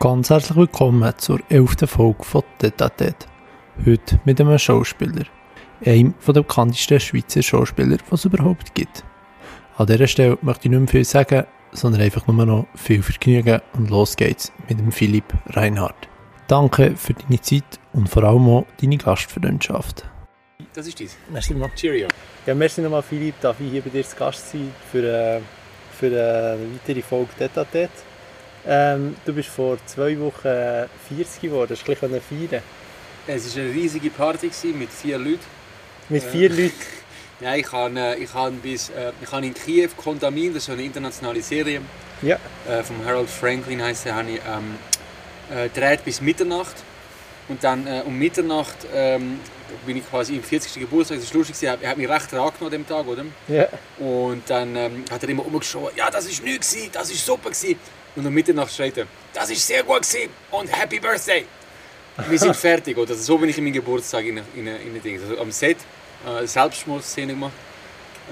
Ganz herzlich willkommen zur 11. Folge von Tete à Tete. Heute mit einem Schauspieler. Einem der bekanntesten Schweizer Schauspieler, die es überhaupt gibt. An dieser Stelle möchte ich nicht mehr viel sagen, sondern einfach nur noch viel Vergnügen und los geht's mit dem Philipp Reinhardt. Danke für deine Zeit und vor allem auch deine Gastfreundschaft. Das ist dies. Merci mal. Cheerio. Ja, merci nochmal Philipp, darf ich hier bei dir zu Gast sein für, äh, für äh, eine weitere Folge Tete à Tete. Ähm, du bist vor zwei Wochen äh, 40 geworden, hast gleich feiern können. Es war eine riesige Party gewesen mit vier Leuten. Mit vier Leuten. Nein, ich habe, äh, ich habe, bis, äh, ich habe in Kiew Kontamin, das ist so eine internationale Serie Ja. äh, von Harold Franklin, heisst er, habe ich ähm, äh, gedreht bis Mitternacht. Und dann äh, um Mitternacht ähm, bin ich quasi im 40. Geburtstag, das war lustig, gewesen, er hat- er hat mich recht dran genommen an dem Tag, oder? ja. Und dann ähm, hat er immer rumgeschaut, ja, das ist nichts, gewesen, das ist super. Gewesen. Und um Mitternacht schreit er, das ist sehr gut gewesen und Happy Birthday. Wir sind fertig, oder? Also so bin ich in meinen Geburtstag in, in, in Dings. Also am Set, äh, Selbstmordszene gemacht.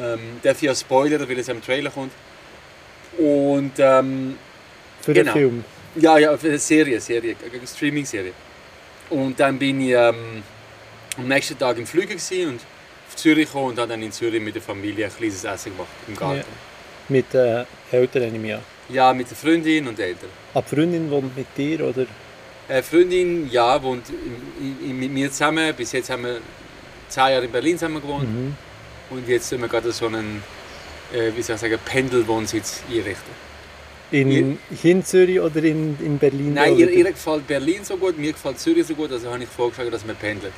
Ähm, darf ich ja spoilern, weil es ja im Trailer kommt. Und ähm, Für Genau. den Film. ja, ja, für eine Serie, Serie, eine Streaming-Serie. Und dann bin ich ähm, am nächsten Tag im Flüger gewesen und auf Zürich gekommen und habe dann in Zürich mit der Familie ein kleines Essen gemacht im Garten. Ja. Mit äh, Eltern nehme ich an. Ja, mit der Freundin und den Eltern. Eine Freundin wohnt mit dir, oder? Eine Freundin, ja, wohnt in, in, mit mir zusammen. Bis jetzt haben wir zehn Jahre in Berlin zusammen gewohnt. Mhm. Und jetzt sind wir gerade so einen, äh, wie soll ich sagen, Pendelwohnsitz einrichten. In, hier in Zürich oder in, in Berlin? Nein, oder? ihr, ihr gefällt Berlin so gut, mir gefällt Zürich so gut, also habe ich vorgeschlagen, dass wir pendeln.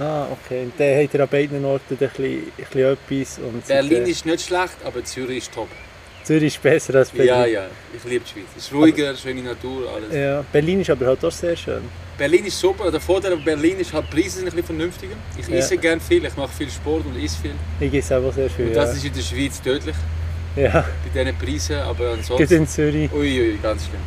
Ah, okay. Und dann habt ihr an beiden Orten ein bisschen, ein bisschen etwas. Und seid, Berlin äh, ist nicht schlecht, aber Zürich ist top. Zürich ist besser als Berlin. Ja, ja, ich liebe die Schweiz. Es ist ruhiger, schöne Natur, alles. Ja, Berlin ist aber halt auch sehr schön. Berlin ist super, der Vorteil an Berlin ist halt, die Preise sind ein bisschen vernünftiger. Ich Ja. esse gern viel, ich mache viel Sport und esse viel. Ich esse auch sehr viel. Und ja. das ist in der Schweiz tödlich. ja, bei diesen Preisen, aber geht ansonsten. in Zürich. Uiui, ganz schlimm.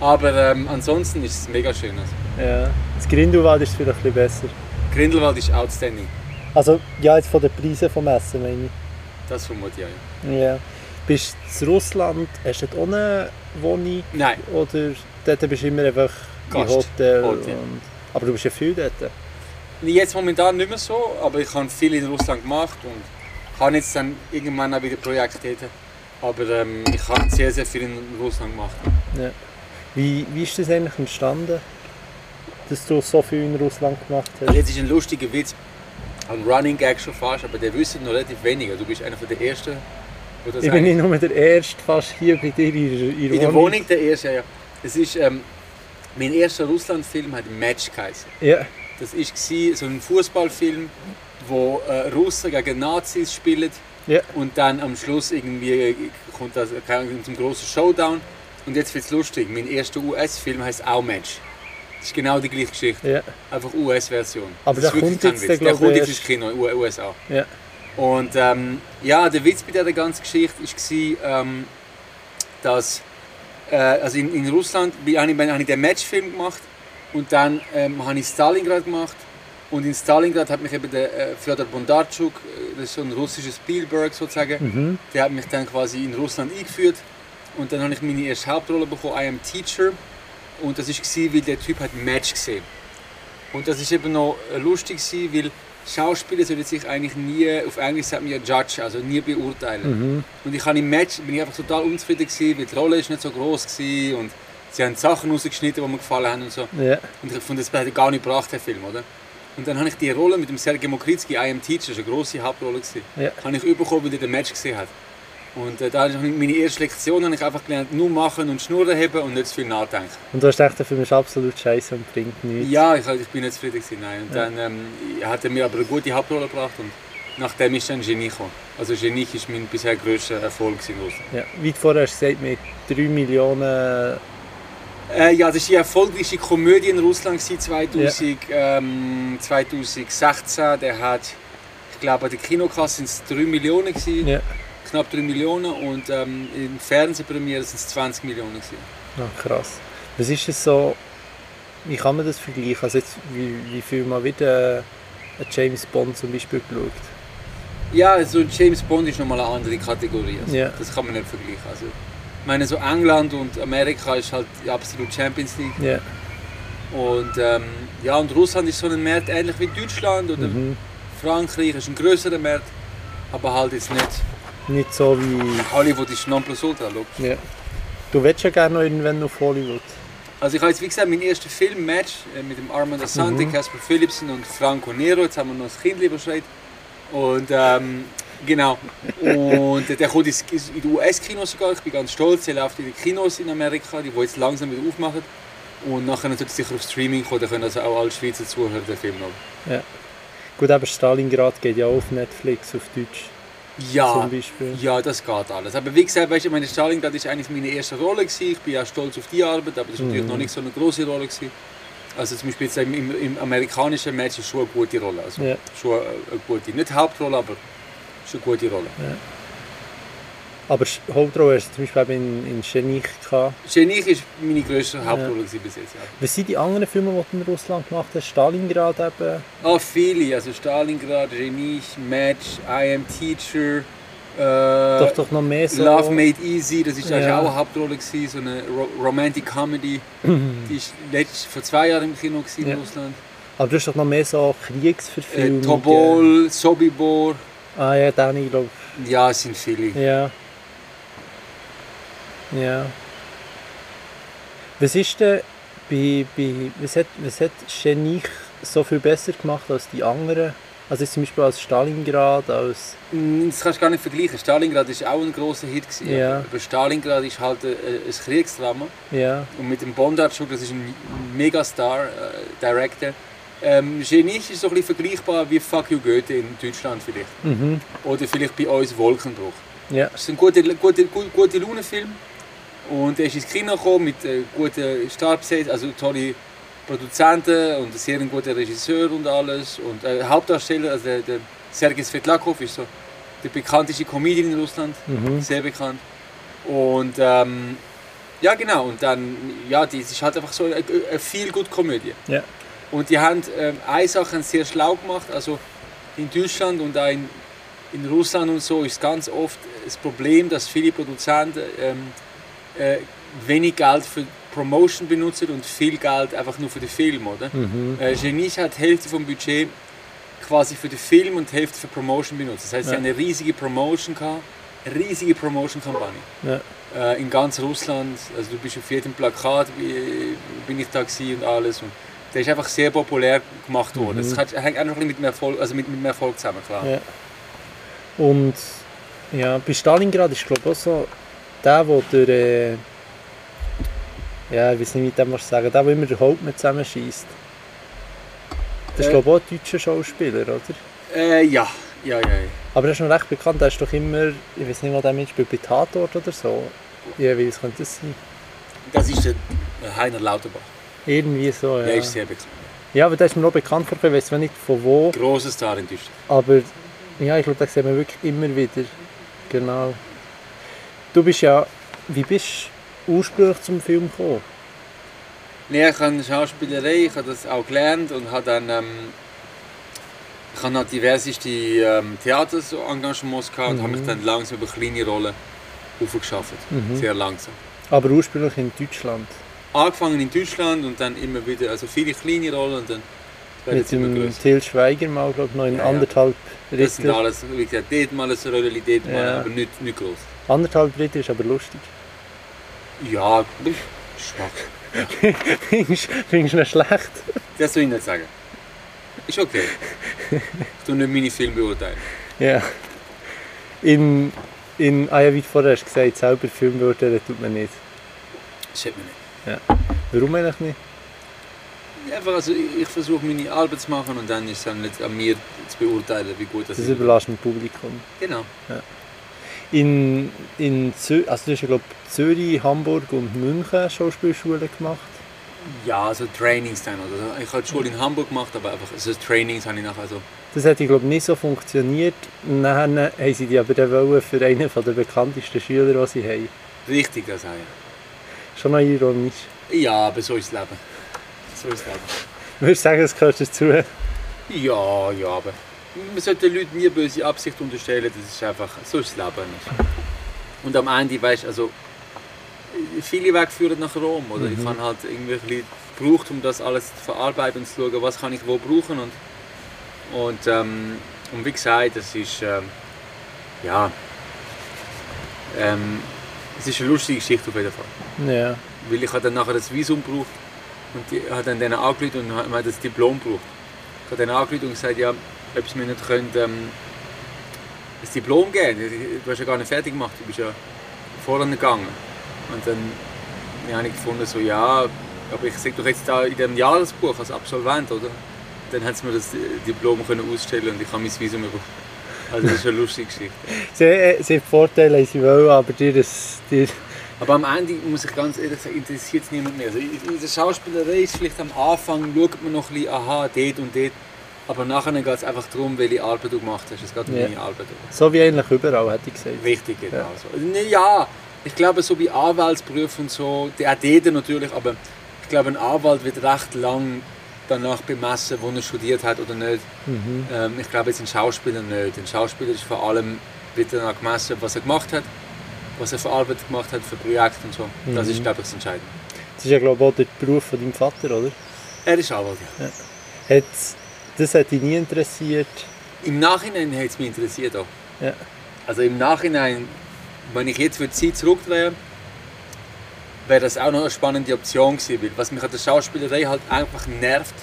Aber ähm, ansonsten ist es mega schön. Also. Ja. Das Grindelwald ist vielleicht ein bisschen besser. Grindelwald ist outstanding. Also, ja, jetzt von den Preisen vom Essen meine ich. Das vermute ich auch. ja. Ja. Bist du in Russland, hast du dort auch eine Wohnung? Nein, Oder dort bist du immer einfach im Gast. Hotel? Hotel. Und, aber du bist ja viel dort. jetzt momentan nicht mehr so, aber ich habe viel in Russland gemacht und habe jetzt dann irgendwann auch wieder Projekte dort. Aber ähm, ich habe sehr, sehr viel in Russland gemacht. Wie, wie ist das eigentlich entstanden, dass du so viel in Russland gemacht hast? Jetzt ist ein lustiger Witz, ein Running Gag schon fast, aber der wissen noch relativ weniger. Du bist einer von der Ersten, die das Ich bin nicht nur der Erste fast hier bei dir in, In der Wohnung der Erste, ja. ja. Es ist, ähm, mein erster Russlandfilm hat Match geheißen. Ja. Das war so ein Fußballfilm, wo äh, Russen gegen Nazis spielen. Ja. Und dann am Schluss irgendwie kommt das keine Ahnung, zum großen Showdown. Und jetzt wird es lustig. Mein erster US-Film heißt auch Match. Das ist genau die gleiche Geschichte. ja. Einfach US-Version. Aber das ist der wirklich kommt kein jetzt, Witz. der, Der glaub kommt ich, jetzt ins Kino, in den USA. Ja. Und ähm, ja, der Witz bei dieser ganzen Geschichte war, ähm, dass äh, also in, in Russland bin- habe ich, habe ich den Matchfilm gemacht und dann ähm, habe ich Stalingrad gemacht. Und in Stalingrad hat mich eben der äh, Fjodor Bondarchuk, äh, das ist so ein russischer Spielberg sozusagen, Mhm. der hat mich dann quasi in Russland eingeführt und dann habe ich meine erste Hauptrolle bekommen, I am Teacher. Und das war, weil der Typ hat Match gesehen. Und das ist eben noch äh, lustig, gewesen, weil Schauspieler sollten sich eigentlich nie, auf Englisch sagt man ja judge, also nie beurteilen. Mhm. Und ich habe im Match bin ich einfach total unzufrieden, gewesen, weil die Rolle ist nicht so groß war und sie haben Sachen rausgeschnitten, die mir gefallen haben und so. Ja. Und ich fand, das hat gar nicht gebracht, der Film, oder? Und dann habe ich die Rolle mit dem Sergei Mokritski, I am Teacher, das war eine grosse Hauptrolle, gewesen, Ja. habe ich bekommen, weil er den Match gesehen hat. Und äh, da habe ich meine erste Lektion habe ich einfach gelernt, nur machen und Schnurren heben und nicht zu viel nachdenken. Und du hast gedacht, der Film ist absolut scheiße und bringt nichts. Ja, ich, ich bin nicht zufrieden gewesen, nein. Und dann ähm, hat er mir aber eine gute Hauptrolle gebracht und nachdem ist dann Genie gekommen. Also Genie ist mein bisher grösster Erfolg in Russland. Ja. Weit vorher hast du gesagt, mit 3 Millionen. Äh, ja, das war die erfolgreichste Komödie in Russland gewesen, 2000, ähm, 2016. Der hat, ich glaube, an der Kinokasse sind es 3 Millionen gewesen, Ja. knapp 3 Millionen und ähm, in Fernsehpremiere sind es 20 Millionen gewesen. Ah, krass. Was ist es so, wie kann man das vergleichen? Also jetzt, wie, wie viel mal wieder ein James Bond zum Beispiel geschaut? Ja, also James Bond ist nochmal eine andere Kategorie. Also, Ja. Das kann man nicht vergleichen. Also, Ich meine, so England und Amerika ist halt die absolute Champions League. Ja. Und ähm, ja, und Russland ist so ein Markt ähnlich wie Deutschland oder Mhm. Frankreich ist ein größerer Markt, aber halt jetzt nicht. Nicht so wie. Hollywood ist Nonplusultra, logisch. Ja. Du willst ja gerne noch irgendwann auf Hollywood. Also ich habe jetzt, wie gesagt, meinen ersten Filmmatch äh, mit dem Armand Asante, Mhm. Casper Philipsen und Franco Nero. Jetzt haben wir noch das Kind überschreit. Und ähm, genau. Und äh, der kommt ins- ins- in die US-Kinos sogar. Ich bin ganz stolz. Er läuft in den Kinos in Amerika, die die jetzt langsam wieder aufmachen. Und nachher natürlich sicher auf Streaming kommen. Da können also auch alle Schweizer Zuhörer den Film noch. Gut, aber Stalingrad geht ja auch auf Netflix, auf Deutsch Ja. zum Beispiel. Ja, das geht alles. Aber wie gesagt, weißt du, meine Stalingrad war eigentlich meine erste Rolle. Gewesen. Ich bin ja stolz auf die Arbeit, aber das war natürlich Mhm. noch nicht so eine große Rolle. Gewesen. Also zum Beispiel jetzt im, im, im amerikanischen Match ist schon eine gute Rolle. Also Ja. schon eine, eine gute, nicht Hauptrolle, aber schon eine gute Rolle. Aber Sch- Hauptrolle hast du zum Beispiel eben in, in Schenich gehabt. Schenich ist meine größte Hauptrolle gewesen bis jetzt. Ja. Was sind die anderen Filme, die du in Russland gemacht hast? Stalingrad eben. Ah, viele. Also Stalingrad, Genich, Match, I Am Teacher, äh, doch, doch noch mehr so. Love Made Easy, das ist eigentlich Ja. auch eine Hauptrolle, gewesen, so eine Ro Romantic Comedy. Die ist letzt, vor zwei Jahren im Kino gewesen, in Ja. Russland. Aber du hast doch noch mehr so Kriegsverfilmungen. Äh, Tobol, Sobibor, Ah ja, den ich glaube. ja, es sind viele. Ja. Ja. Was ist denn bei, bei was hat, was hat Schenich so viel besser gemacht als die anderen? Also jetzt zum Beispiel als Stalingrad, als Mm, Das kannst du gar nicht vergleichen. Stalingrad war auch ein großer Hit. Gewesen, Ja. Aber Stalingrad ist halt ein, ein Kriegsdrama. ja, Und mit dem Bondarchuk, das ist ein Megastar-Director. ähm, Genich ist so ein bisschen vergleichbar wie Fuck You Goethe in Deutschland vielleicht. mhm. Oder vielleicht bei uns Wolkenbruch. ja, Es ist ein guter, guter, guter, guter Launenfilm. Und er ist ins Kino gekommen mit äh, guten Starbesetzung, also tolle Produzenten und ein sehr guter Regisseur und alles. Und äh, Hauptdarsteller, also der, der Sergei Svetlakov ist so der bekannteste Comedian in Russland, mhm. sehr bekannt. Und ähm, ja genau, und dann, ja, das ist halt einfach so eine, eine viel gute Komödie. Ja. Und die haben ähm, eine Sache sehr schlau gemacht, also in Deutschland und auch in, in Russland und so ist ganz oft das Problem, dass viele Produzenten ähm, äh, wenig Geld für Promotion benutzen und viel Geld einfach nur für den Film, oder? Mhm. Äh, Genies hat die Hälfte vom Budget quasi für den Film und die Hälfte für Promotion benutzt. Das heißt, sie Ja. haben eine riesige Promotion gehabt, eine riesige Promotion-Kampagne. Ja. Äh, in ganz Russland, also du bist auf jedem Plakat, äh, bin ich da gewesen und alles. Und der ist einfach sehr populär gemacht worden. Mhm. Das hat- hängt einfach mit dem Erfolg, also mit, mit dem Erfolg zusammen, klar. Ja. Und ja, bei Stalingrad ist glaube ich auch so der, wo der äh, ja, ich weiß nicht, wie dem was sagen, der, der immer den Hauptmann zusammenschießt. Das ist Äh. glaube ich auch ein deutscher Schauspieler, oder? Äh, ja, ja, ja. ja. Aber das ist noch recht bekannt, der ist doch immer, ich weiß nicht, wo der Mensch spielt, bei Tatort oder so. Ja, wie das könnte das sein? Das ist der Heiner Lauterbach. Irgendwie so, ja. Der ist sehr bekannt. ja, aber der ist mir noch bekannt vorgekommen, ich weiß zwar nicht von wo, Großer Star in Deutschland. aber ja, ich glaube, das sieht man wirklich immer wieder. Genau. Du bist ja, wie bist du ursprünglich zum Film gekommen? Nee, ich habe Schauspielerei, ich habe das auch gelernt und habe dann ähm, ich habe noch diverseste ähm, Theater so Engagements gehabt und habe Mhm. mich dann langsam über kleine Rollen aufgeschafft, sehr langsam. Aber ursprünglich in Deutschland. Angefangen in Deutschland und dann immer wieder, also viele kleine Rollen und dann werden Mit es immer dem größer. Til Schweiger mal, glaube ich, noch in Ja, ja. anderthalb Das sind Ritter. alles, wie gesagt, dort mal ein Rollen, dort mal, Ja. aber nicht, nicht groß. Anderthalb Ritter ist aber lustig. Ja, schwach. Findest findest du ihn schlecht? Das will ich nicht sagen. Ist okay. Ich tue nicht meine Filme beurteilen. Ja. In, in ah ja, wie du vorher hast gesagt, selber Film beurteilen tut man nicht. Das hat man nicht. Warum eigentlich nicht? Einfach, also ich, ich versuche meine Arbeit zu machen und dann ist es dann nicht an mir zu beurteilen, wie gut das, Das, überlässt dem Publikum. Genau. In, in Zü also du hast ja glaube Zürich, Hamburg und München Schauspielschule gemacht. Ja, also Trainings dann. Also ich habe die Schule in Hamburg gemacht, aber einfach also Trainings habe ich nachher so. Das hätte glaube nicht so funktioniert. Nachher haben sie die aber dann wollen für einen von der bekanntesten Schüler, die sie haben. Richtig das sagen. Schon noch ironisch. Ja, aber so ist das Leben. So ist das Würdest du sagen, das gehört dazu? Leben. Ja, ja, aber man sollte den Leuten nie böse Absicht unterstellen. Das ist einfach, so ist das Leben nicht. Und am Ende, weißt du, also viele Wege führen nach Rom. Oder? Ich habe halt irgendwelche Leute gebraucht, um das alles zu verarbeiten und zu schauen, was kann ich wo brauchen. Und, und, ähm, und wie gesagt, das ist, ähm, ja, ähm, es ist eine lustige Geschichte auf jeden Fall. Ja. Weil ich habe dann nachher das Visum gebraucht und die habe dann denen angerufen und habe mir das Diplom gebraucht. Ich habe dann angerufen und gesagt, ja, ob sie mir nicht können, ähm, ein Diplom geben Du hast ja gar nicht fertig gemacht, du bist ja voran gegangen. Und dann ja, habe ich gefunden, so, ja, aber ich sehe doch jetzt da in dem Jahresbuch als Absolvent, oder? Dann hat sie mir das Diplom können ausstellen und ich habe mein Visum bekommen. Also das ist eine lustige Geschichte. Sie, äh, sie haben Vorteile, die sie wollen, aber dir das... Dir Aber am Ende, muss ich ganz ehrlich sagen, interessiert es niemand mehr. Also in der Schauspielerei ist vielleicht am Anfang, schaut man noch ein bisschen, aha, dort und dort. Aber nachher geht es einfach darum, welche Arbeit du gemacht hast. Es geht um Ja. deine Arbeit. oder? so wie eigentlich überall, hätte ich gesagt. Wichtig, genau. Ja. So. Na ja, ich glaube, so bei Anwaltsberufen und so, der hat jeder natürlich, aber ich glaube, ein Anwalt wird recht lang danach bemessen, wo er studiert hat oder nicht. Mhm. Ähm, ich glaube jetzt ein Schauspieler nicht. Ein Schauspieler ist vor allem wird danach gemessen, was er gemacht hat, was er für Arbeit gemacht hat, für Projekte und so. Das Mhm. ist, glaube ich, das Entscheidende. Das ist ja glaube ich auch der Beruf von deinem Vater, oder? Er ist Anwalt, ja. Hat's, das hat dich nie interessiert. Im Nachhinein hätte es mich interessiert auch. Ja. Also im Nachhinein, wenn ich jetzt für die Zeit zurückdrehe, wäre das auch noch eine spannende Option gewesen. Weil was mich an der Schauspielerei halt einfach nervt,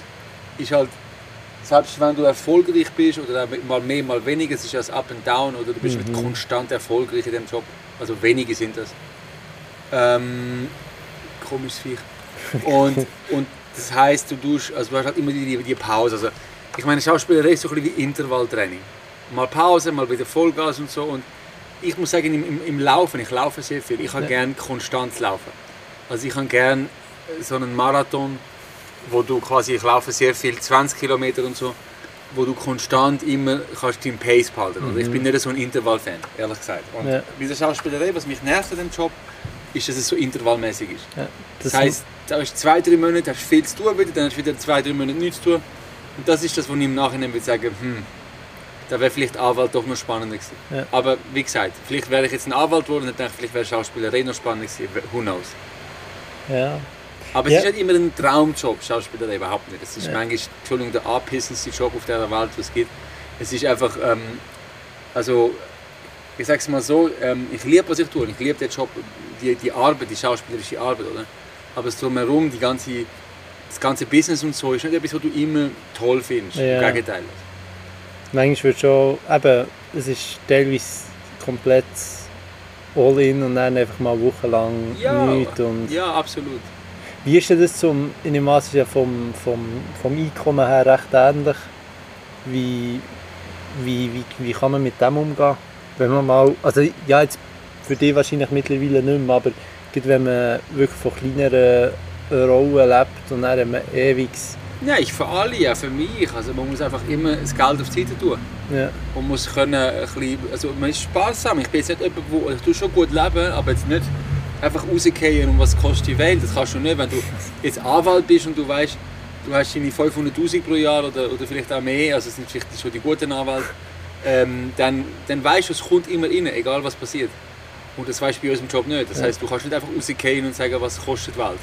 ist halt, selbst wenn du erfolgreich bist oder auch mal mehr, mal weniger, es ist ja das Up and Down oder du bist nicht konstant erfolgreich in dem Job. Also wenige sind das. Ähm, komisches Viech. Und, und das heisst, du, tust, also du hast halt immer die, die Pause. Also, ich meine, Schauspielerei ist so ein bisschen wie Intervalltraining. Mal Pause, mal wieder Vollgas und so. Und ich muss sagen, im, im, im Laufen, ich laufe sehr viel, ich habe gern konstant laufen. Also ich habe gern äh, so einen Marathon, wo du quasi, ich laufe sehr viel, 20 Kilometer und so, wo du konstant immer kannst deinen Pace behalten. Oder? Ich bin nicht so ein Intervall-Fan, ehrlich gesagt. Und Ja. bei der Schauspielerei, was mich nervt an dem Job, ist, dass es so intervallmäßig ist. Das, Das heisst, da hast du zwei, drei Monate hast du viel zu tun, wieder, dann hast du wieder zwei, drei Monate nichts zu tun. Und das ist das, wo ich im Nachhinein würde sagen, hm, da wäre vielleicht Anwalt doch noch spannender gewesen. Ja. Aber wie gesagt, vielleicht wäre ich jetzt ein Anwalt geworden und dachte, vielleicht wäre Schauspielerei noch spannender gewesen, who knows. ja. Aber es Ja. ist nicht immer ein Traumjob, Schauspielerei überhaupt nicht. Es ist Ja. manchmal, Entschuldigung, der abpissendste Job auf der Welt, was es gibt. Es ist einfach, ähm, also ich sag's mal so, ähm, ich liebe, was ich tue. Ich liebe den Job, die, die Arbeit, die schauspielerische Arbeit, oder? Aber das Drumherum, die ganze, das ganze Business und so, ist nicht etwas, was du immer toll findest. Ja. Im Gegenteil. Manchmal wird schon, eben, es ist teilweise komplett all in und dann einfach mal wochenlang Ja. nichts. Und Ja, absolut. Wie ist denn das zum, in dem Maß ist ja vom, vom, vom Einkommen her recht ähnlich. Wie, wie, wie, wie kann man mit dem umgehen? Wenn man mal, also ja jetzt für dich wahrscheinlich mittlerweile nicht mehr, aber gerade wenn man wirklich von kleineren Rollen lebt und dann hat man ewig... Ja, ich für alle, ja, für mich. Also man muss einfach immer das Geld auf die Seite tun. Ja, Man muss können ein bisschen, also man ist sparsam. Ich bin jetzt nicht jemand, wo, also ich tue schon gut leben, aber jetzt nicht einfach rausgehen und was kostet die Welt. Das kannst du nicht, wenn du jetzt Anwalt bist und du weißt, du hast deine 500'000 pro Jahr oder, oder vielleicht auch mehr, also es sind vielleicht schon die guten Anwälte, ähm, dann, dann weißt du, es kommt immer rein, egal was passiert. Und das weißt du bei unserem Job nicht. Das heißt, du kannst nicht einfach rausgehen und sagen, was kostet die Welt.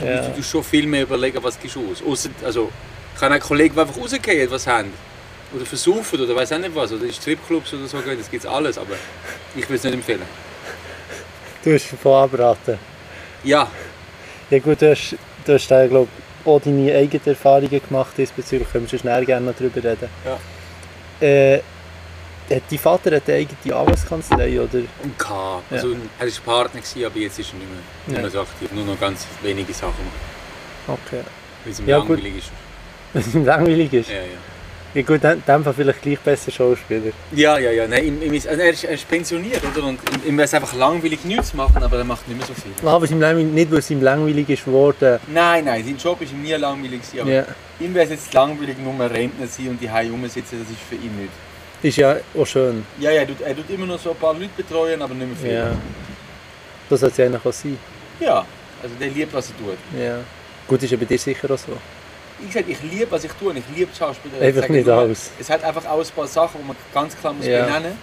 Du, Ja. du musst schon viel mehr überlegen, was gibst du aus. Ausser, also, kann ein Kollege, der einfach rausgehen, was haben. Oder versaufen oder weiß auch nicht was. Oder in Stripclubs oder so gehen, das gibt es alles. Aber ich würde es nicht empfehlen. du hast davon abraten. Ja, Ja gut, du hast, du hast da, glaub, auch deine eigenen Erfahrungen gemacht diesbezüglich, können wir schnell gerne noch darüber reden. Ja. Äh, hat dein Vater hat eine eigene Anwaltskanzlei, oder? und K. Also, er war Partner, gewesen, aber jetzt ist er nicht mehr, nicht Ja. mehr so aktiv. Nur noch ganz wenige Sachen machen, Okay. weil es ihm Ja, gut. langweilig Wenn es ihm langweilig ist. ist. Ja, ja. Ja gut, in dem Fall vielleicht gleich besser Schauspieler. Ja, ja, ja. Nein, ihm, ihm ist, also er, ist, er ist pensioniert, oder? Und ihm, ihm wäre es einfach langweilig, nichts zu machen, aber er macht nicht mehr so viel. Aber es Ah, ihm langweilig, nicht, weil es ihm langweilig ist geworden. Nein, nein, sein Job ist ihm nie langweilig gewesen, aber Ja. ihm wäre es jetzt langweilig, nur mehr Rentner sein und die Hause rumsitzen, das ist für ihn nicht. Ist ja auch schön. Ja, ja, er tut, er tut immer noch so ein paar Leute betreuen, aber nicht mehr viel. Ja. Das soll es ja eigentlich auch sein. Ja, also der liebt, was er tut. Ja. Gut, ist ja bei dir sicher auch so. Ich sag, ich liebe, was ich tue und ich liebe Schauspieler. Einfach nicht alles. Es hat einfach auch ein paar Sachen, die man ganz klar muss Ja. benennen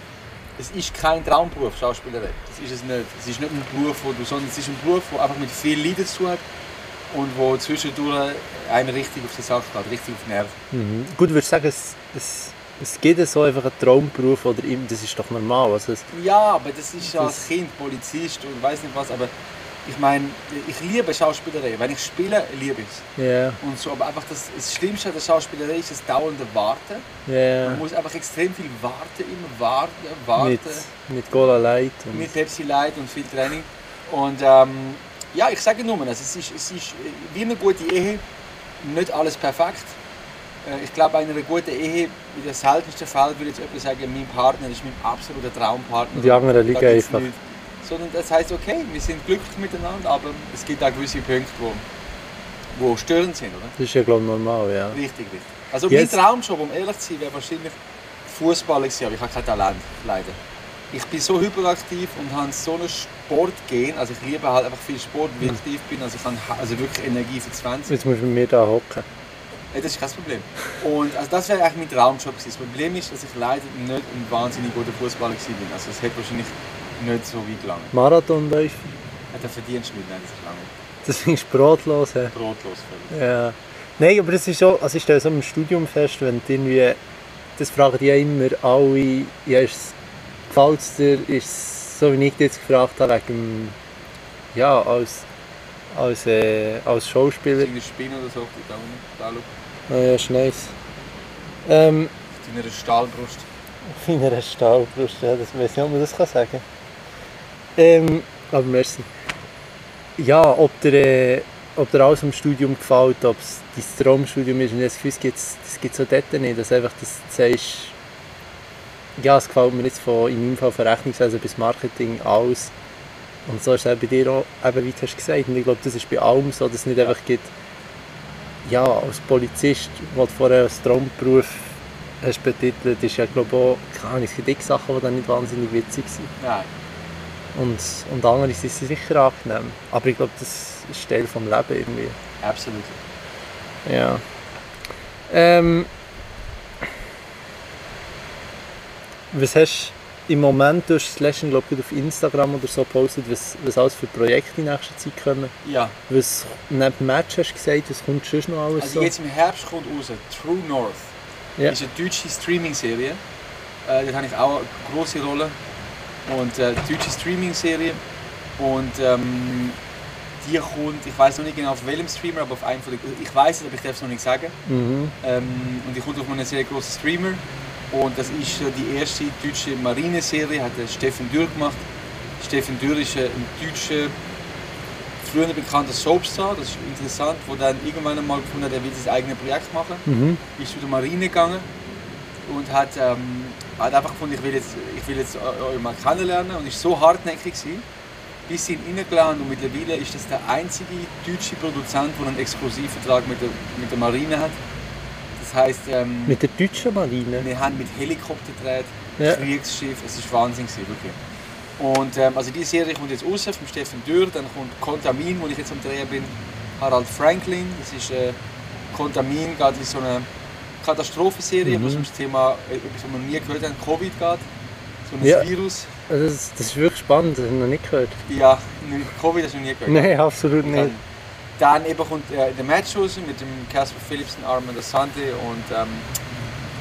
es ist kein Traumberuf, Schauspielerei. Das ist es nicht. Es ist nicht ein Beruf, wo du, sondern es ist ein Beruf, der einfach mit viel Leiden zu hat und wo zwischendurch einem richtig auf die Sache geht, richtig auf die Nerven. Mhm. Gut, würdest du sagen, es, es, es gibt so einfach einen Traumberuf, oder im- das ist doch normal. Also es, Ja, aber das ist ja Das- als Kind Polizist und weiß nicht was, aber ich meine, ich liebe Schauspielerei. Wenn ich spiele, liebe ich es. ja, Und so, aber einfach das, das Schlimmste an der Schauspielerei ist das dauernde Warten. Man ja. muss einfach extrem viel warten, immer warten, warten. Mit, mit Gola Light. Und, mit Pepsi Light und viel Training. Und ähm, ja, ich sage nur, also es, ist, es ist äh, wie eine gute Ehe, nicht alles perfekt. Äh, Ich glaube, bei einer guten Ehe, in der seltensten Fall würde jetzt jemand sagen, mein Partner ist mein absoluter Traumpartner. die anderen Da liegen gibt's einfach. nichts. Sondern das heißt, okay, wir sind glücklich miteinander, aber es gibt auch gewisse Punkte, wo, wo störend sind, oder? Das ist ja, glaube ich, normal, ja. Richtig, richtig. Also Jetzt- mein Traumjob, um ehrlich zu sein, wäre wahrscheinlich Fußballer gewesen, aber ich habe kein Talent, leider. Ich bin so hyperaktiv und habe so einen Sport gehen, also ich liebe halt einfach viel Sport, wie aktiv bin, also ich habe ha- also wirklich Energie für 20. Jetzt muss man mir da hocken. Äh, Das ist kein Problem. Und also das wäre eigentlich mein Traumjob gewesen. Das Problem ist, dass ich leider nicht ein wahnsinnig guter Fußballer gewesen bin. Also es hätte wahrscheinlich nicht so weit gelangt. Marathonläufer. Äh, Der verdienst du nicht, nein, das ist lange. Das ist brotlos. hä? Brotlos völlig. Ja. Nein, aber es ist auch, also ich stelle so im Studium fest, wenn du irgendwie, das fragen die ja immer alle, ja, ist gefällt es dir, ist es so wie ich dich jetzt gefragt habe, wegen, dem- ja, als, als, äh, als Schauspieler. Irgendeine Spinne oder so, da unten, da schau, Ah ja, ist nice. Ähm, auf deiner Stahlbrust. auf einer Stahlbrust, ja, das weiß nicht, ob man das kann sagen Ähm, aber merci. Ja, ob dir, äh, ob dir alles am Studium gefällt, ob es dein Traumstudium ist, und das Gefühl, das gibt's- das gibt es auch dort nicht, dass einfach das sagst, ja, es gefällt mir jetzt von, in meinem Fall von Rechnungswesen bis Marketing alles. Und so ist es auch bei dir auch, eben, wie du hast gesagt. Und ich glaube, das ist bei allem so, dass es nicht einfach gibt, ja, als Polizist, was du vorher als Traumberuf hast betitelt, ist ja, glaube ich, auch, keine Ahnung, es gibt x Sachen, die dann nicht wahnsinnig witzig sind. Nein. Und, und andere sind sie sicher angenehm. Aber ich glaube, das ist Teil des Lebens irgendwie. Absolut. Ja. Ähm, was hast du im Moment, du hast das letzte, glaube ich, auf Instagram oder so gepostet, was, was alles für Projekte in nächster Zeit kommen? Ja, Was, neben dem Match hast du gesagt, was kommt sonst noch alles also so? jetzt im Herbst kommt raus True North. Ja. ist eine deutsche Streaming-Serie. Äh, dort habe ich auch eine große Rolle. Und äh, deutsche Streaming-Serie. Und ähm, die kommt, ich weiß noch nicht genau auf welchem Streamer, aber auf einem von den, ich weiß es, aber ich darf es noch nicht sagen. Mhm. Ähm, und die kommt auf einen sehr großen Streamer. Und das ist äh, die erste deutsche Marineserie, hat der Steffen Dürr gemacht. Steffen Dürr ist äh, ein deutscher, früher bekannter Soapstar, das ist interessant, wo dann irgendwann einmal gefunden hat, er will sein eigenes Projekt machen Mhm. ist zu der Marine gegangen und hat, ähm, hat einfach gefunden, ich will jetzt, ich will jetzt eu- euch mal kennenlernen und ist so hartnäckig gewesen, bis sie ihn reingelassen haben. und mittlerweile ist das der einzige deutsche Produzent, der einen Exklusivvertrag mit der, mit der Marine hat. Das heißt, ähm, Mit der deutschen Marine? wir haben mit Helikopter gedreht, Ja. Kriegsschiff, es ist Wahnsinn gewesen, wirklich. Und ähm, also die Serie kommt jetzt raus, von Steffen Dürr, dann kommt Kontamin, wo ich jetzt am Drehen bin, Harald Franklin, das ist äh, Kontamin, geht in so eine Katastrophenserie, Mhm. wo es um das Thema, äh, etwas, was wir nie gehört haben, Covid geht, so ein Ja. Virus. Also Das, das ist wirklich spannend, das habe ich noch nicht gehört. Ja, ne, Covid hast du noch nie gehört. Nein, absolut nicht. Dann, dann eben kommt äh, der Match raus mit dem Casper Phillips und Armand Asante und ähm,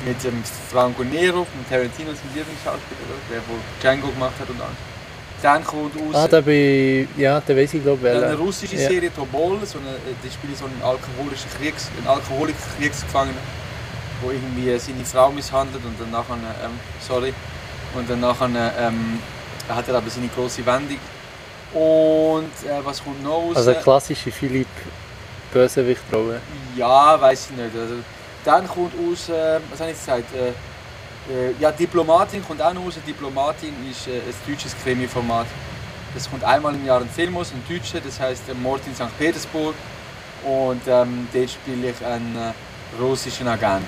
mit dem Franco Nero von Tarantino, seinem Lieblingsschauspieler, oder? der wo Django gemacht hat und alles. Dann kommt raus Ah, da bin ich, ja, da weiß ich, glaube ich, dann welcher. eine russische Ja. Serie Tobol, so eine, äh, die spielt so einen alkoholischen Kriegs, einen alkoholischen Kriegsgefangenen, wo irgendwie seine Frau misshandelt und dann nachher, ähm, sorry, und dann nachher ähm, hat er aber seine große Wendung. Und äh, was kommt noch raus? Also eine klassische Philipp Bösewicht-Rolle. Ja, weiß ich nicht. Also, dann kommt aus, äh, was habe ich jetzt gesagt? Äh, äh, ja, Diplomatin kommt auch noch raus. Diplomatin ist äh, ein deutsches Krimi-Format. Es kommt einmal im Jahr ein Film aus, ein deutscher, das heißt äh, Mord in St. Petersburg. Und ähm, dort spiele ich einen äh, russischen Agent.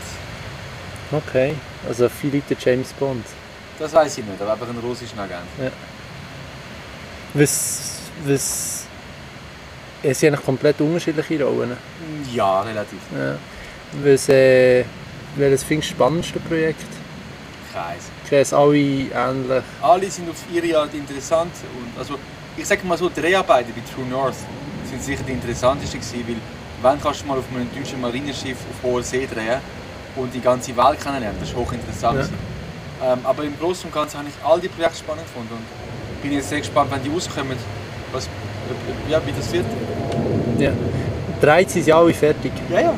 Okay, also Philipp der James Bond. Das weiß ich nicht, aber einfach einen russischen Agent. Was, was... Es sind eigentlich komplett unterschiedliche Rollen. Hm, Ja, relativ. Ja. Was, äh, welches findest du das spannendste Projekt? Kreis. sehe es alle ähnlich. Alle sind auf ihre Art interessant. Und also, ich sage mal so, die Dreharbeiten bei True North sind sicher die interessantesten gewesen, weil wann kannst du mal auf einem deutschen Marineschiff auf hoher See drehen und die ganze Welt kennenlernen? Das ist hochinteressant. Ja. gewesen. Ähm, aber im Großen und Ganzen habe ich all die Projekte spannend gefunden und bin jetzt sehr gespannt, wenn die rauskommen, was, ja, wie das wird. Ja. Dreht sind ja alle fertig. Ja, ja.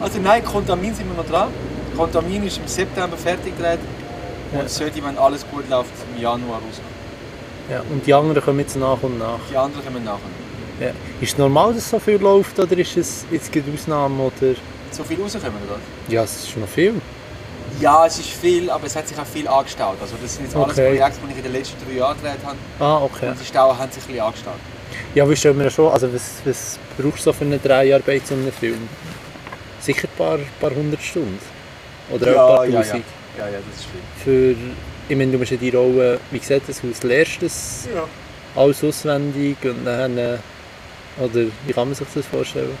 Also nein, Kontamin sind wir noch dran. Kontamin ist im September fertig gedreht Ja. und sollte, wenn alles gut läuft, im Januar rauskommen. Ja. Und die anderen kommen jetzt nach und nach. Die anderen kommen nachher. Ja. Ist es normal, dass so viel läuft oder ist es jetzt gerade Ausnahme? Oder? So viel rauskommen, oder? Ja, es ist noch viel. Ja, es ist viel, aber es hat sich auch viel angestaut. Also das sind jetzt alles Okay. Projekte, die ich in den letzten drei Jahren gedreht habe. Ah, okay. Und die Stauen haben sich ein bisschen angestaut. Ja, wie stellen wir schon, also was, was brauchst du so für eine Dreharbeit zu einem Film? Sicher ein paar, paar hundert Stunden. Oder Ja, auch ein ja, paar ja. tausend. Ja, ja, das ist viel. Für, ich meine, du musst ja die Rolle, wie sieht das aus, lernst du das Ja. alles auswendig und dann, äh, oder wie kann man sich das vorstellen?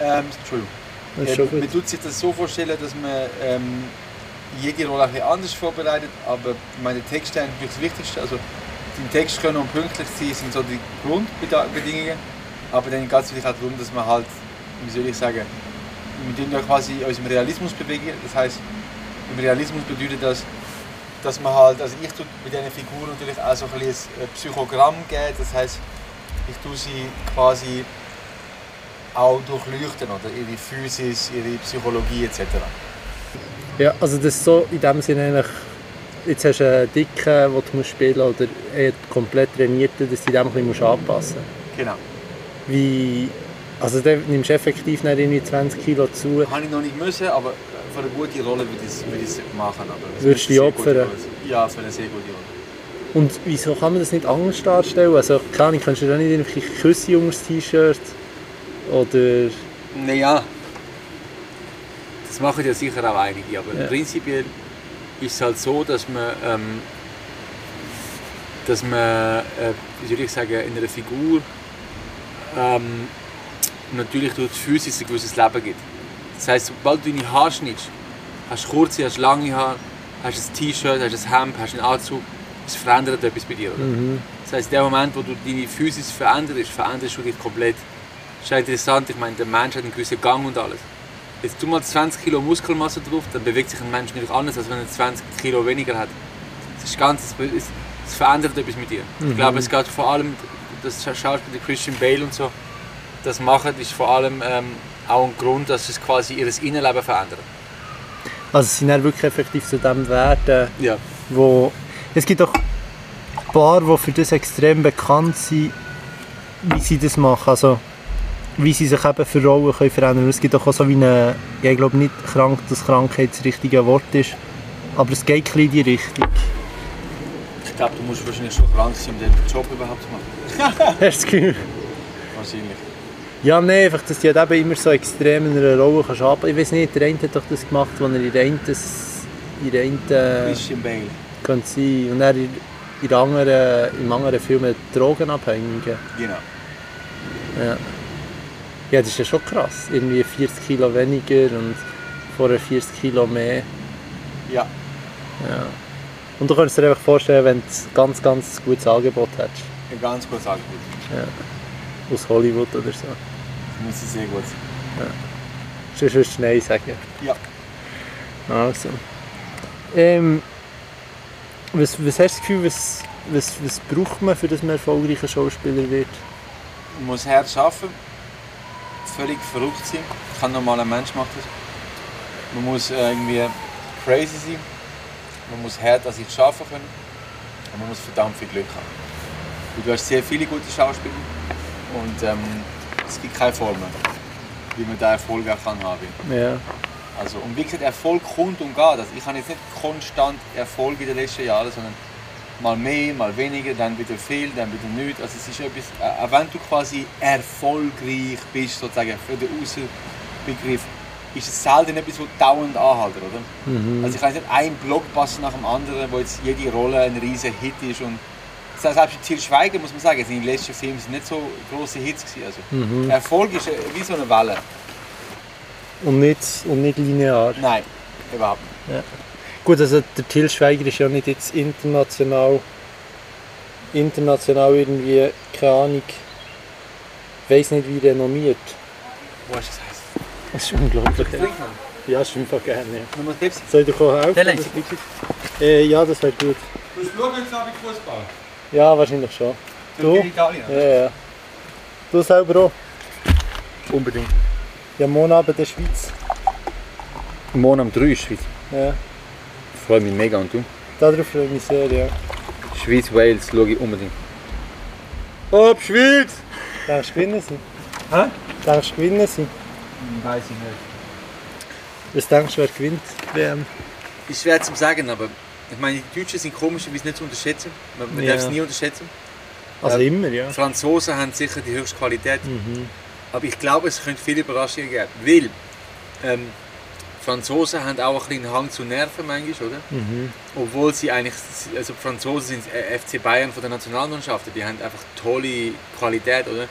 Ähm, Entschuldigung. Das ist Ja, schon man gut. tut sich das so vorstellen, dass man ähm, jede Rolle ein bisschen anders vorbereitet, aber ich meine, der Text ist natürlich das Wichtigste. Also, den Text können und pünktlich sein sind so die Grundbedingungen, aber dann geht es natürlich auch darum, dass man halt, wie soll ich sagen, wir tun ja quasi uns im Realismus bewegen. Das heißt, im Realismus bedeutet das, dass man halt, also ich tue mit diesen Figuren natürlich auch so ein bisschen ein Psychogramm geben, das heißt, ich tue sie quasi auch durchleuchten, oder? Ihre Physis, ihre Psychologie etc. Ja, also das ist so in dem Sinne eigentlich, jetzt hast du einen Dicken, den du musst spielen musst, oder eher komplett trainierten, dass du dich dem ein bisschen musst anpassen musst. Genau. wie. Also dann nimmst du effektiv dann irgendwie 20 Kilo zu. Habe ich noch nicht müssen, aber für eine gute Rolle würde ich es würde ich es machen. Aber es Würdest du ist eine dich sehr gute opfern? Rolle. Ja, für eine sehr gute Rolle. Und wieso kann man das nicht anders darstellen? Also keine Ahnung, kannst du da nicht irgendwie Küsse unter das T-Shirt? Oder... Naja, das machen ja sicher auch einige, aber Ja. prinzipiell ist es halt so, dass man, ähm, dass man, äh, wie soll ich sagen, in einer Figur ähm, natürlich durch die Physis ein gewisses Leben gibt. Das heisst, sobald du deine Haare schneidest, hast du kurze, hast du lange Haare, hast ein T-Shirt, hast ein Hemd, hast einen Anzug, es verändert etwas bei dir. Oder? Mhm. Das heisst, in dem Moment, wo du deine Physis veränderst, veränderst du dich komplett. Das ist ja interessant, ich meine, der Mensch hat einen gewissen Gang und alles. Jetzt tu mal 20 Kilo Muskelmasse drauf, dann bewegt sich ein Mensch natürlich anders, als wenn er 20 Kilo weniger hat. Es ist ganz, es, es- es verändert etwas mit dir. Ich glaube, es geht vor allem, das Scha- Schauspieler Christian Bale und so, das machen, ist vor allem ähm, auch ein Grund, dass es quasi ihr Innenleben verändert. Also sie sind dann wirklich effektiv zu dem werden, Ja. wo... Es gibt doch ein paar, die für das extrem bekannt sind, wie sie das machen. Also wie sie sich eben für Rollen können verändern können. Es gibt doch auch so wie eine... Ja, ich glaube nicht, krank, dass Krankheit das richtige Wort ist. Aber es geht ein bisschen in die Richtung. Ich glaube, du musst wahrscheinlich schon krank sein, um den Job überhaupt zu machen. Hast du das Gefühl? Wahrscheinlich. Ja, nein, einfach, dass die halt eben immer so extrem in einer Rolle kannst arbeiten. Ich weiß nicht, der eine hat doch das gemacht, wo er in der einen, s- in der einen äh, Christian Bale. kann sein und er in, in der anderen, im anderen Film hat Drogenabhängige. Genau. Ja. ja, das ist ja schon krass. Irgendwie 40 Kilo weniger und vorher 40 Kilo mehr. Ja. Ja. Und du könntest dir einfach vorstellen, wenn du ein ganz, ganz gutes Angebot hättest. Ein ganz gutes Angebot. Aus Hollywood oder so. Das muss ich sehr gut sein. Sonst würdest du Nein sagen. Ja. Also. Ähm, was, was hast du das Gefühl, was, was, was braucht man, für dass man erfolgreicher Schauspieler wird? Man muss hart arbeiten, völlig verrückt sein. Kein normaler Mensch macht das. Man muss äh, irgendwie crazy sein. Man muss hart an sich arbeiten können. Und man muss verdammt viel Glück haben. Weil du hast sehr viele gute Schauspieler. Und ähm, es gibt keine Formel, wie man da Erfolg auch kann haben kann. Ja. Also, und wie gesagt, Erfolg kommt und geht. Also, ich habe jetzt nicht konstant Erfolg in den letzten Jahren, sondern mal mehr, mal weniger, dann wieder viel, dann wieder nichts. Also es ist etwas, äh, auch wenn du quasi erfolgreich bist, sozusagen für den Außenbegriff, ist es selten etwas, das dauernd anhält, oder? Mhm. Also ich habe nicht einen Blockbuster nach dem anderen, wo jetzt jede Rolle ein riesen Hit ist und selbst bei Til Schweiger muss man sagen, seine letzten Filme sind nicht so große Hits gewesen. Also Mhm. Erfolg ist äh, wie so eine Welle. Und, nicht, und nicht linear. Nein, überhaupt nicht. Gut, also der Til Schweiger ist ja nicht jetzt international, international irgendwie, keine Ahnung, weiß nicht wie renommiert. Wo ist das heißt? Das ist unglaublich. Trink mal. Ja, ist einfach gerne. Ja. Nochmal Tipps. Soll ich dir auch helfen? Der lässt Das wirklich- Äh, ja, das wäre gut. Du schaust jetzt ab in Fußball. Ja, wahrscheinlich schon. Du? in Italien. Ja, ja. Du selber auch? Unbedingt. Ja, morgen Abend in der Schweiz. Morgen um 3 ist Schweiz. Ja, Ich freue mich mega. Und du? darauf freue ich mich sehr, ja. Schweiz, Wales schaue ich unbedingt. Ob Schweiz! Denkst du gewinnen sie? Hä? Denkst du gewinnen sie? Hm, Weiß ich nicht. Was denkst du, wer gewinnt? WM? Ist schwer zu sagen, aber ich meine, die Deutschen sind komischerweise nicht zu unterschätzen. Man, man Ja. darf es nie unterschätzen. Also Ja. immer, ja. Die Franzosen haben sicher die höchste Qualität. Mhm. Aber ich glaube, es könnte viele Überraschungen geben. Weil ähm, die Franzosen haben auch ein bisschen einen Hang zu Nerven manchmal, oder? Mhm. Obwohl sie eigentlich, also die Franzosen sind äh, FC Bayern von der Nationalmannschaften, die haben einfach tolle Qualität, oder?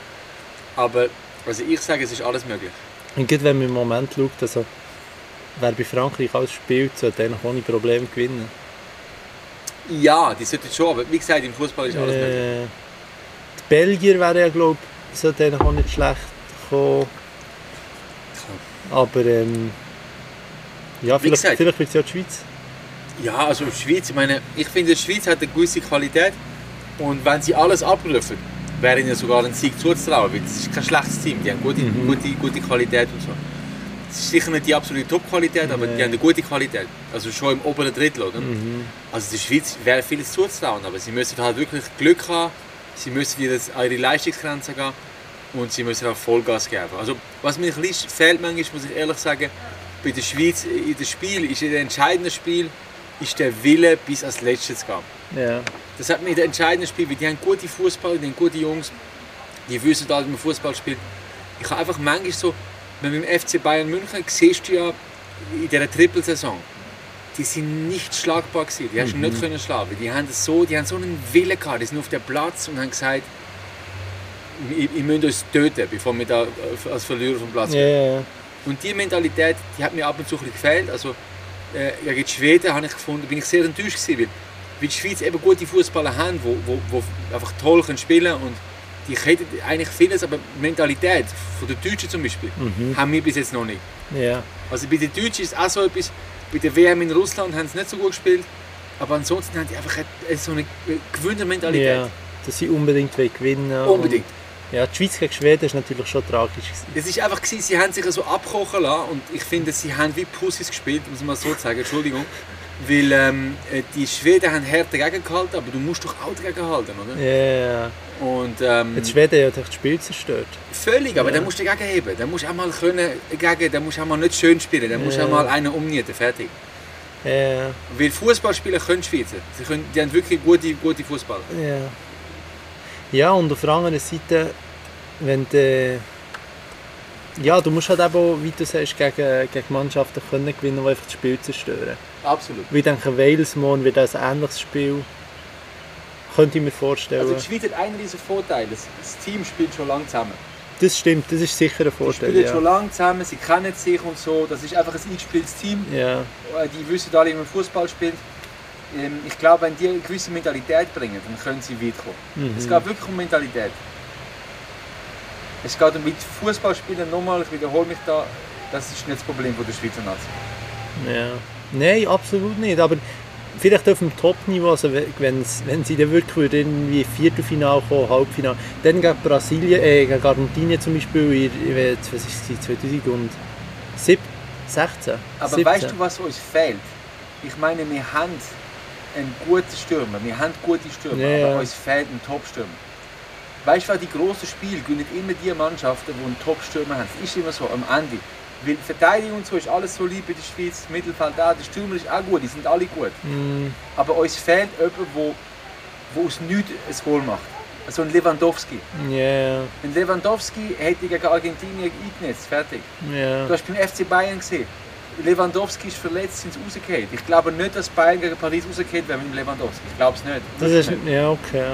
Aber also ich sage, es ist alles möglich. Und gerade wenn man im Moment schaut, also, wer bei Frankreich alles spielt, sollte eigentlich ohne Probleme gewinnen. Ja, die sollten schon, aber wie gesagt, im Fußball ist alles möglich. Äh, die Belgier wären ja, glaube ich, sollte eigentlich auch nicht schlecht kommen. Aber ähm, ja, Wie vielleicht, gesagt. vielleicht wird es ja die Schweiz. Ja, also die Schweiz, ich meine, ich finde, die Schweiz hat eine gewisse Qualität und wenn sie alles abrufen, wäre ihnen sogar ein Sieg zuzutrauen, weil es ist kein schlechtes Team, die haben gute, Mhm. gute, gute Qualität und so. Es ist sicher nicht die absolute Top-Qualität, aber Nee. die haben eine gute Qualität, also schon im oberen Drittel, oder? Mhm. Also der Schweiz wäre vieles zuzutrauen, aber sie müssen halt wirklich Glück haben, sie müssen wieder an ihre Leistungsgrenzen gehen und sie müssen auch Vollgas geben. Also was mir ein bisschen fehlt manchmal, muss ich ehrlich sagen, bei der Schweiz in dem Spiel, ist in dem entscheidenden Spiel, ist der Wille bis als Letztes zu gehen. Ja. Das hat mir in dem entscheidenden Spiel, weil die haben gute Fußballer, die haben gute Jungs, die wissen halt, wie man Fußball spielt. Ich habe einfach manchmal so, wenn man beim FC Bayern München siehst du ja in dieser Trippelsaison, die sind nicht schlagbar gewesen, die hast du nicht können schlagen. Die haben das so, die haben so einen Willen gehabt, die sind auf den Platz und haben gesagt, ihr, ihr müsst uns töten, bevor wir da äh, als Verlierer vom Platz Ja, ja, ja. und die Mentalität, die hat mir ab und zu ein bisschen gefehlt. Also, äh, gegen die Schweden habe ich gefunden, bin ich sehr enttäuscht gewesen, weil, weil die Schweiz eben gute Fußballer haben, wo, wo, wo einfach toll können spielen und die hätten eigentlich vieles, aber die Mentalität von den Deutschen zum Beispiel, Mhm. haben wir bis jetzt noch nicht. ja. Also bei den Deutschen ist es auch so etwas, bei der WM in Russland haben sie nicht so gut gespielt, aber ansonsten haben die einfach eine- so eine Gewinnermentalität. ja. Dass sie unbedingt wollen gewinnen wollen. Unbedingt. Ja, die Schweiz gegen Schweden ist natürlich schon tragisch. gewesen. Es ist einfach gewesen, sie haben sich so abkochen lassen und ich finde, sie haben wie Pussys gespielt, muss man mal so sagen, Entschuldigung. Weil ähm, äh, die Schweden haben hart dagegen gehalten, aber du musst doch auch dagegen halten, oder? Ja, ja, ja. Und ähm, Jetzt Schweden hat das Spiel zerstört. völlig, aber Ja. dann musst du dagegen heben, dann musst du auch mal können gegen, dann musst du auch mal nicht schön spielen, dann musst du Ja. auch mal einen umnieten, fertig. Ja, ja, Weil Fußballspieler können die Schweizer, sie können, die haben wirklich gute, gute Fußballer. ja. Ja, und auf der anderen Seite, wenn du... Ja, du musst halt eben, auch, wie du sagst, gegen, gegen Mannschaften können gewinnen, die einfach das Spiel zerstören. Absolut. Wie denke, Wales morgen wird auch ein ähnliches Spiel. Könnte ich mir vorstellen. Also die Schweiz hat einen riesen Vorteil. Das, das Team spielt schon lange zusammen. das stimmt, das ist sicher ein Die Vorteil. spielen schon Ja. lange zusammen, sie kennen sich und so. Das ist einfach ein eingespieltes Team. Ja. Äh, Die wissen alle, wie man Fußball spielt. Ähm, Ich glaube, wenn die eine gewisse Mentalität bringen, dann können sie weit kommen. Mhm. Es geht wirklich um Mentalität. Es geht um mit Fußballspielen nochmal, ich wiederhole mich da, das ist nicht das Problem von der Schweizer Nazi. Ja. Nein, absolut nicht. Aber vielleicht auf dem Top-Niveau, also we- wenn's, wenn sie dann wirklich würden, irgendwie Viertelfinale kommen, Halbfinale, dann gegen Brasilien, äh, gegen Argentinien zum Beispiel, in, in, was ist es, gewesen, 2007, 16, Aber 17. weißt du, was uns fehlt? Ich meine, wir haben einen guten Stürmer, wir haben gute Stürmer, Ja, aber ja. uns fehlt ein Top-Stürmer. Weißt du, wer die grossen Spiele gewinnen immer die Mannschaften, die einen Top-Stürmer haben. Das ist immer so, am Ende. Weil die Verteidigung und so ist alles so lieb bei der Schweiz, das Mittelfeld auch, der Stürmer ist auch gut, die sind alle gut. Mm, Aber uns fehlt jemand, wo, wo aus nichts ein Goal macht. So ein Lewandowski. Ja, Ein Lewandowski hätte gegen Argentinien eingenetzt, fertig. ja. Du hast beim FC Bayern gesehen, Lewandowski ist verletzt, sind sie rausgefallen. Ich glaube nicht, dass Bayern gegen Paris rausgefallen wäre mit dem Lewandowski. Ich glaube es nicht. Das ist, ja, okay.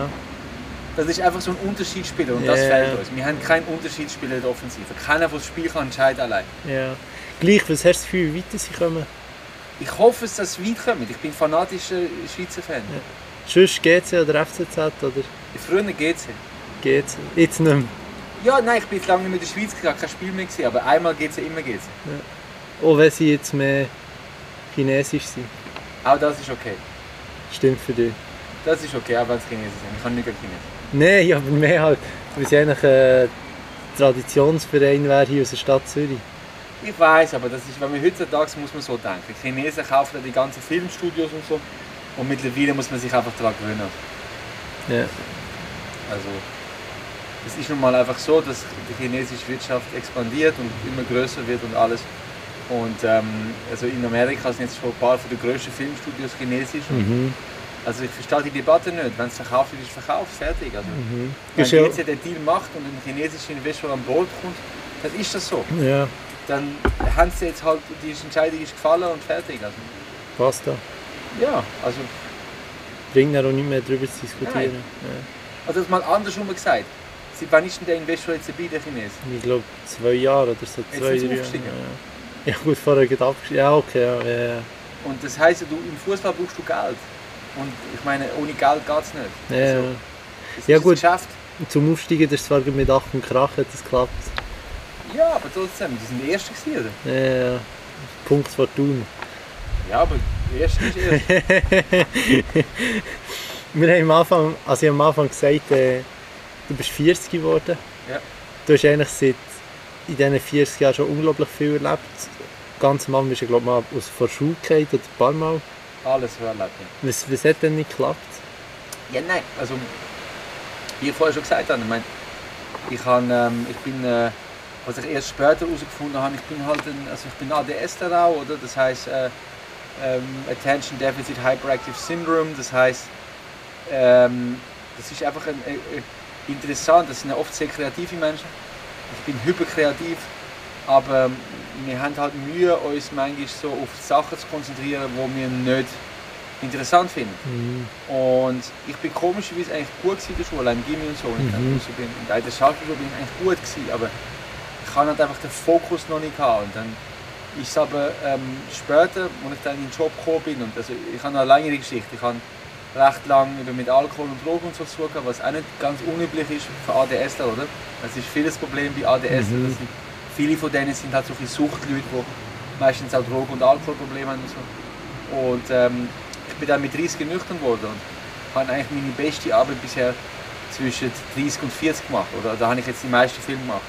das ist einfach so ein Unterschiedsspieler und das Ja. fehlt uns. Wir haben keinen Unterschiedsspieler in der Offensive. Keiner, der das Spiel kann, entscheidet allein. Ja. Gleich, was hast du für Gefühl, wie weit sie kommen? Ich hoffe, dass das weit kommt. Ich bin fanatischer Schweizer Fan. Sonst GC oder FCZ oder Früher geht's. GC? Jetzt nicht mehr. Ja, nein, ich bin jetzt lange nicht mehr in der Schweiz, gegangen, kein Spiel mehr gesehen, aber einmal geht's, immer geht's. Auch wenn sie jetzt mehr chinesisch sind. Auch das ist okay. Stimmt für dich. Das ist okay, auch wenn es Chinesen sind. Ich kann nicht gegen Chinesen. Nein, aber mehr halt, weil sie eigentlich ein Traditionsverein wäre hier aus der Stadt Zürich. Ich weiß, aber das ist, wenn man heutzutage muss man so denken. Die Chinesen kaufen ja die ganzen Filmstudios und so. Und mittlerweile muss man sich einfach daran gewöhnen. Ja. Also, es ist nun mal einfach so, dass die chinesische Wirtschaft expandiert und immer größer wird und alles. Und ähm, also in Amerika sind jetzt schon ein paar von den grössten Filmstudios chinesisch. Mhm. Also ich verstehe die Debatte nicht. Wenn es verkauft wird, ist es verkauft, fertig. Also, Mhm. Wenn Ist ja- jetzt den Deal macht und ein chinesischer Investor an Bord kommt, dann ist das so. Ja, Dann haben sie jetzt halt, die Entscheidung ist gefallen und fertig. Also, passt da. ja, also, Bringt dann auch nicht mehr darüber zu diskutieren. also das mal andersrum gesagt. Seit wann ist denn der Investor jetzt dabei, der Chines? Ja. Ich glaube, zwei Jahre oder so. Jetzt Zwei, ist es drei Jahre. aufgestiegen. Ja. ja, gut, vorher geht abgestiegen. Ja, okay, ja, ja, ja. Und das heisst, du, im Fußball brauchst du Geld. Und ich meine, ohne Geld geht es nicht. ja. Also, ja. es Ja, ist gut. ein Geschäft. Zum Aufsteigen, das ist zwar mit Ach und Krach hat das geklappt. Ja, aber trotzdem, die sind die Ersten gewesen, oder? Ja, ja. ja. Punkt Fortun. Ja, aber die Erste ist erst. Wir haben am Anfang, also ich habe am Anfang gesagt, äh, du bist 40 geworden. Ja. Du hast eigentlich seit in diesen 40 Jahren schon unglaublich viel erlebt. Ganz am Anfang bist du, glaube ich, mal aus der Schule gefallen oder ein paar Mal. Alles war erlebt, ja. Was, was hat denn nicht geklappt? Ja, nein, also wie ich vorher schon gesagt habe, ich, meine, ich, habe, ähm, ich bin, äh, was ich erst später herausgefunden habe, ich bin halt ein, also ich bin ADS auch, oder? Das heißt äh, ähm, Attention Deficit Hyperactive Syndrome, das heißt, ähm, das ist einfach ein, äh, äh, interessant, das sind ja oft sehr kreative Menschen. Ich bin hyperkreativ, aber ähm, wir haben halt Mühe, uns manchmal so auf Sachen zu konzentrieren, die wir nicht interessant finden. Und ich bin komischerweise eigentlich gut gewesen in der Schule, auch im Gimmi und so. Und Mhm. mhm. ich bin, und auch in der Schauspielschule bin ich eigentlich gut gewesen, aber ich kann halt einfach den Fokus noch nicht haben. Und dann ist es aber ähm, später, als ich dann in den Job gekommen bin, und also ich habe noch eine längere Geschichte, ich habe recht lange eben mit Alkohol und Drogen und so zu tun gehabt, was auch nicht ganz unüblich ist für ADSler, oder? Es ist vieles Problem bei ADS, Mhm. dass sie- viele von denen sind halt so viele Suchtleute, die meistens auch Drogen- und Alkoholprobleme haben und so. Und ähm, ich bin dann mit 30 nüchtern geworden und habe eigentlich meine beste Arbeit bisher zwischen 30 und 40 gemacht. Oder da habe ich jetzt die meisten Filme gemacht.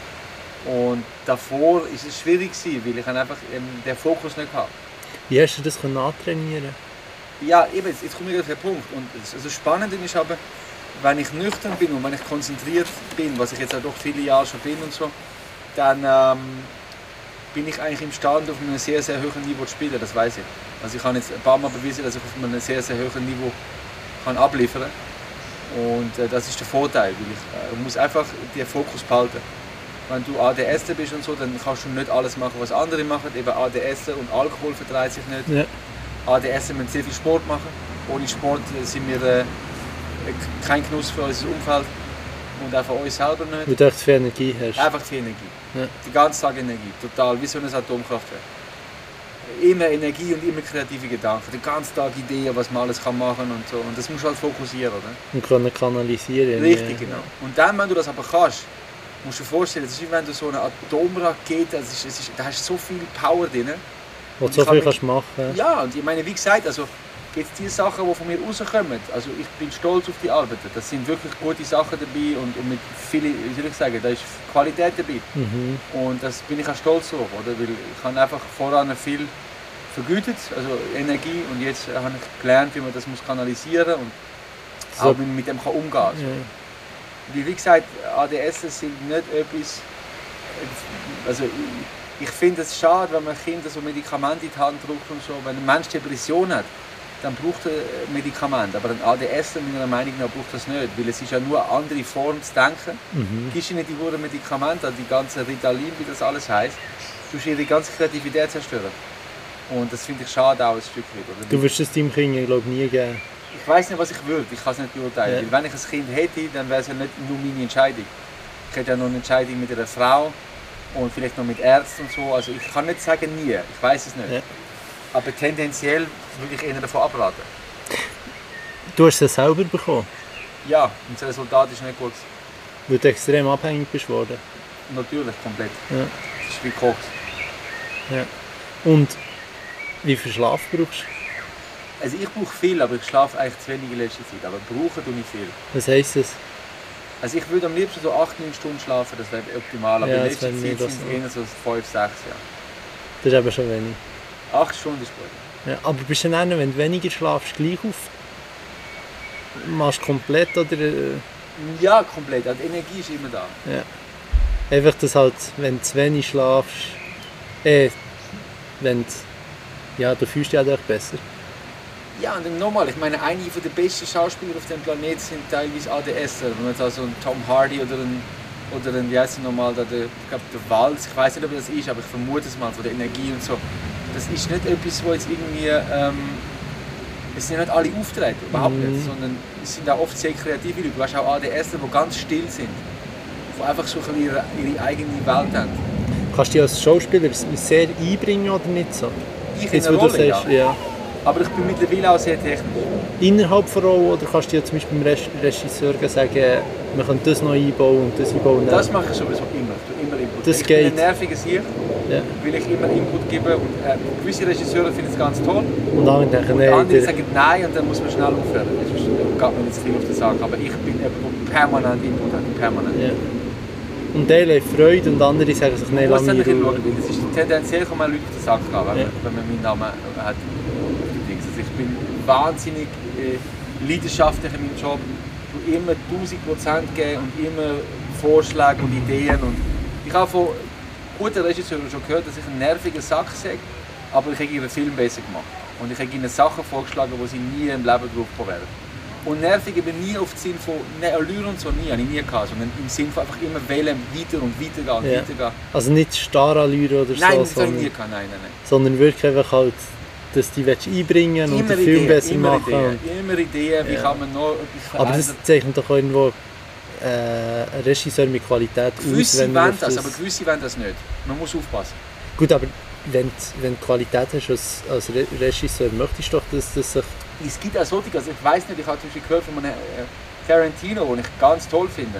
Und davor ist es schwierig gewesen, weil ich habe einfach ähm, den Fokus nicht hatte. Wie hast du das können antrainieren Ja, eben, jetzt, jetzt komme ich auf den Punkt. Und das also Spannende ist aber, wenn ich nüchtern bin und wenn ich konzentriert bin, was ich jetzt auch doch viele Jahre schon bin und so, dann ähm, bin ich eigentlich imstande, auf einem sehr, sehr hohen Niveau zu spielen, das weiß ich. Also ich habe jetzt ein paar Mal bewiesen, dass ich auf einem sehr, sehr hohen Niveau kann abliefern Und äh, das ist der Vorteil, weil ich äh, muss einfach den Fokus behalten. Wenn du ADSler bist und so, dann kannst du nicht alles machen, was andere machen. Eben ADSler und Alkohol vertreibt sich nicht. Ja. ADS müssen sehr viel Sport machen. Ohne Sport äh, sind wir äh, kein Genuss für unser Umfeld und auch für uns selber nicht. Weil du echt viel Energie hast. Einfach die Energie. Ja. Den ganzen Tag Energie. Total, wie so ein Atomkraftwerk. Immer Energie und immer kreative Gedanken. Den ganzen Tag Ideen, was man alles kann machen und so. Und das musst du halt fokussieren, oder? Und können kanalisieren. Richtig, Ja. genau. Und dann, wenn du das aber kannst, musst du dir vorstellen, das ist wie wenn du so eine Atomrakete, das ist, es ist, da hast du so viel Power drin. Wo du so Ich hab viel mich- kannst machen. Ja, und ich meine, wie gesagt, also jetzt die Sachen, die von mir rauskommen, also ich bin stolz auf die Arbeiten. Das sind wirklich gute Sachen dabei und, und mit viel, wie soll ich sagen, da ist Qualität dabei. Mhm. Und das bin ich auch stolz drauf, oder? Weil ich habe einfach voran viel vergütet, also Energie und jetzt habe ich gelernt, wie man das muss kanalisieren und So- auch wie man mit dem kann umgehen kann. Also, Ja. Wie, wie gesagt, ADS sind nicht etwas, also ich- ich finde es schade, wenn man Kindern so Medikamente in die Hand drückt und so. Wenn ein Mensch Depression hat, dann braucht er äh, Medikamente. Aber ein ADS, meiner Meinung nach, braucht das nicht, weil es ist ja nur eine andere Form zu denken. Mhm. Gibst ihnen die hohen Medikamente, also die ganzen Ritalin, wie das alles heißt, tust ihre ganze Kreativität zerstören. Und das finde ich schade auch ein Stück weit. Du Oder? wirst es deinem Kind, glaube ich, nie geben. Ich weiß nicht, was ich würde, ich kann es nicht beurteilen. Ja. Weil wenn ich ein Kind hätte, dann wäre es ja nicht nur meine Entscheidung. Ich hätte ja noch eine Entscheidung mit einer Frau und vielleicht noch mit Ärzten und so. Also ich kann nicht sagen nie, ich weiß es nicht. Ja. Aber tendenziell würde ich eher davon abraten. Du hast es selber bekommen, Ja, und das Resultat ist nicht gut. weil du extrem abhängig bist worden. Natürlich, komplett. Ja. Das ist wie gekocht. Und wie viel Schlaf brauchst du? Also ich brauche viel, aber ich schlafe eigentlich zu wenig in letzter Zeit. Aber brauchen tue ich viel. Was heisst das? Also ich würde am liebsten so 8, 9 Stunden schlafen, das wäre optimal. Aber Ja, in das letzter wäre mir Zeit das sind auch. es eher so 5, 6, ja. Das ist eben schon wenig. 8 Stunden ist gut. Ja, aber bist du dann, wenn du weniger schlafst, gleich auf? Machst du komplett oder äh, Ja, komplett. Also die Energie ist immer da. einfach das halt, wenn du zu wenig schlafst, äh, wenn du, ja, du fühlst dich halt auch besser. Ja, und dann nochmal, ich meine, einige von den besten Schauspieler auf dem Planeten sind teilweise ADSler. Wenn man jetzt also einen Tom Hardy oder einen, oder einen wie heißt er nochmal, der, der, ich glaube, der Walz, ich weiß nicht, ob er das ist, aber ich vermute es mal, von der Energie und so. Das ist nicht etwas, wo jetzt irgendwie, ähm, es sind nicht alle Auftritte, überhaupt Mhm. nicht, sondern es sind auch oft sehr kreative Leute. Du hast auch ADSler, die ganz still sind, die einfach so ein bisschen ihre, ihre eigene Welt haben. Kannst du dich als Schauspieler sehr einbringen oder nicht so? Ich in einer Rolle, ja. ja. Aber ich bin mittlerweile auch sehr technisch. Innerhalb von Rollen oder kannst du dir zum Beispiel beim Reg- Regisseur sagen, wir können das noch einbauen und das einbauen? Das mache ich sowieso immer. Ich tue immer Input. Das ich geht. bin ein nerviger Sieg, Ja. weil ich immer Input gebe. Und, äh, gewisse Regisseure finden es ganz toll, und andere denken, und andere nein, der, sagen nein und dann muss man schnell aufhören. Das ist, äh, geht mir jetzt viel auf den Sack. Aber ich bin jemand, der permanent Input hat. Permanent. Ja. Und der hat Freude und andere sagen sich, nein, Ich lass muss dann mich nicht in Ruhe. schauen, weil es ist tendenziell kommen Leute auf den Sack gehen, wenn, Ja. wenn man meinen Namen hat. auf den Dings. Also ich bin wahnsinnig äh, leidenschaftlich in meinem Job. Ich tue immer 1000 Prozent geben und immer Vorschläge und Ideen. Und ich habe von guten Regisseuren schon gehört, dass ich ein nerviger Sack sage, aber ich habe ihren Film besser gemacht. Und ich habe ihnen Sachen vorgeschlagen, die sie nie im Leben drauf werden. Und nervig eben nie auf den Sinn von ne, Allure und so, nie, habe ich nie gehabt, sondern im Sinn von einfach immer wählen, weiter und weitergehen und Ja. weitergehen. Also nicht starr anlüren oder Nein, das so, habe ich nie sondern, gehabt. Nein, nein, nein. sondern wirklich einfach halt, dass du dich einbringen willst und den Film besser immer Also- machen. Ideen, immer Ideen, wie Ja. kann man noch etwas Aber verändern. das zeichnet doch auch irgendwo äh, einen Regisseur mit Qualität aus. gewisse Wenn wollen er auf das, aber gewisse wollen das nicht. Man muss aufpassen. Gut, aber wenn, du- wenn du Qualität hast als, als Re Regisseur, möchtest du doch, dass das sich... Es gibt auch solche, also ich weiß nicht, ich habe zum Beispiel gehört von einem äh, Tarantino, den ich ganz toll finde,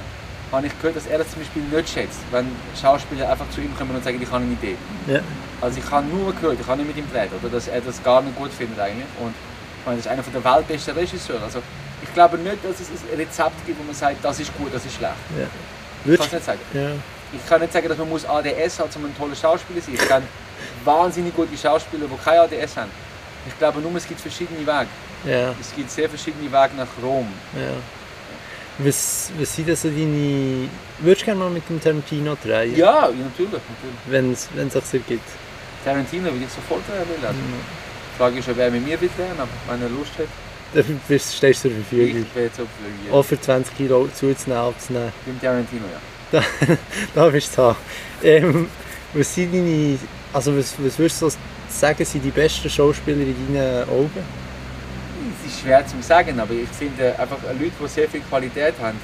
habe ich gehört, dass er das zum Beispiel nicht schätzt, wenn Schauspieler einfach zu ihm kommen und sagen, ich habe eine Idee. Ja. Also ich habe nur gehört, ich habe nicht mit ihm geredet, oder, dass er das gar nicht gut findet eigentlich. Und ich meine, das ist einer der weltbesten Regisseure. Also ich glaube nicht, dass es ein Rezept gibt, wo man sagt, das ist gut, das ist schlecht. Ich kann Würdest, es nicht sagen. ja. Ich kann nicht sagen, dass man muss ADS hat, um ein toller Schauspieler zu sein. Ich kenne wahnsinnig gute Schauspieler, die keine ADS haben. Ich glaube nur, es gibt verschiedene Wege. Ja, Es gibt sehr verschiedene Wege nach Rom. ja. Was, was sind denn so deine... Würdest du gerne mal mit dem Tarantino drehen? Ja, natürlich. natürlich. Wenn es sich ergibt. Tarantino will ich sofort drehen will. Also. Die Frage ist, ob er mit mir will drehen, aber wenn er Lust hat, Dann bist- stehst du zur ich Verfügung. wäre jetzt auch für Auch für 20 Kilo zuzunehmen, abzunehmen. Beim Tarantino, ja. Da bist du da. Ähm, was sind deine... Also was, was würdest du so sagen, sind die besten Schauspieler in deinen Augen? Es ist schwer zu sagen, aber ich finde äh, einfach Leute, die sehr viel Qualität haben.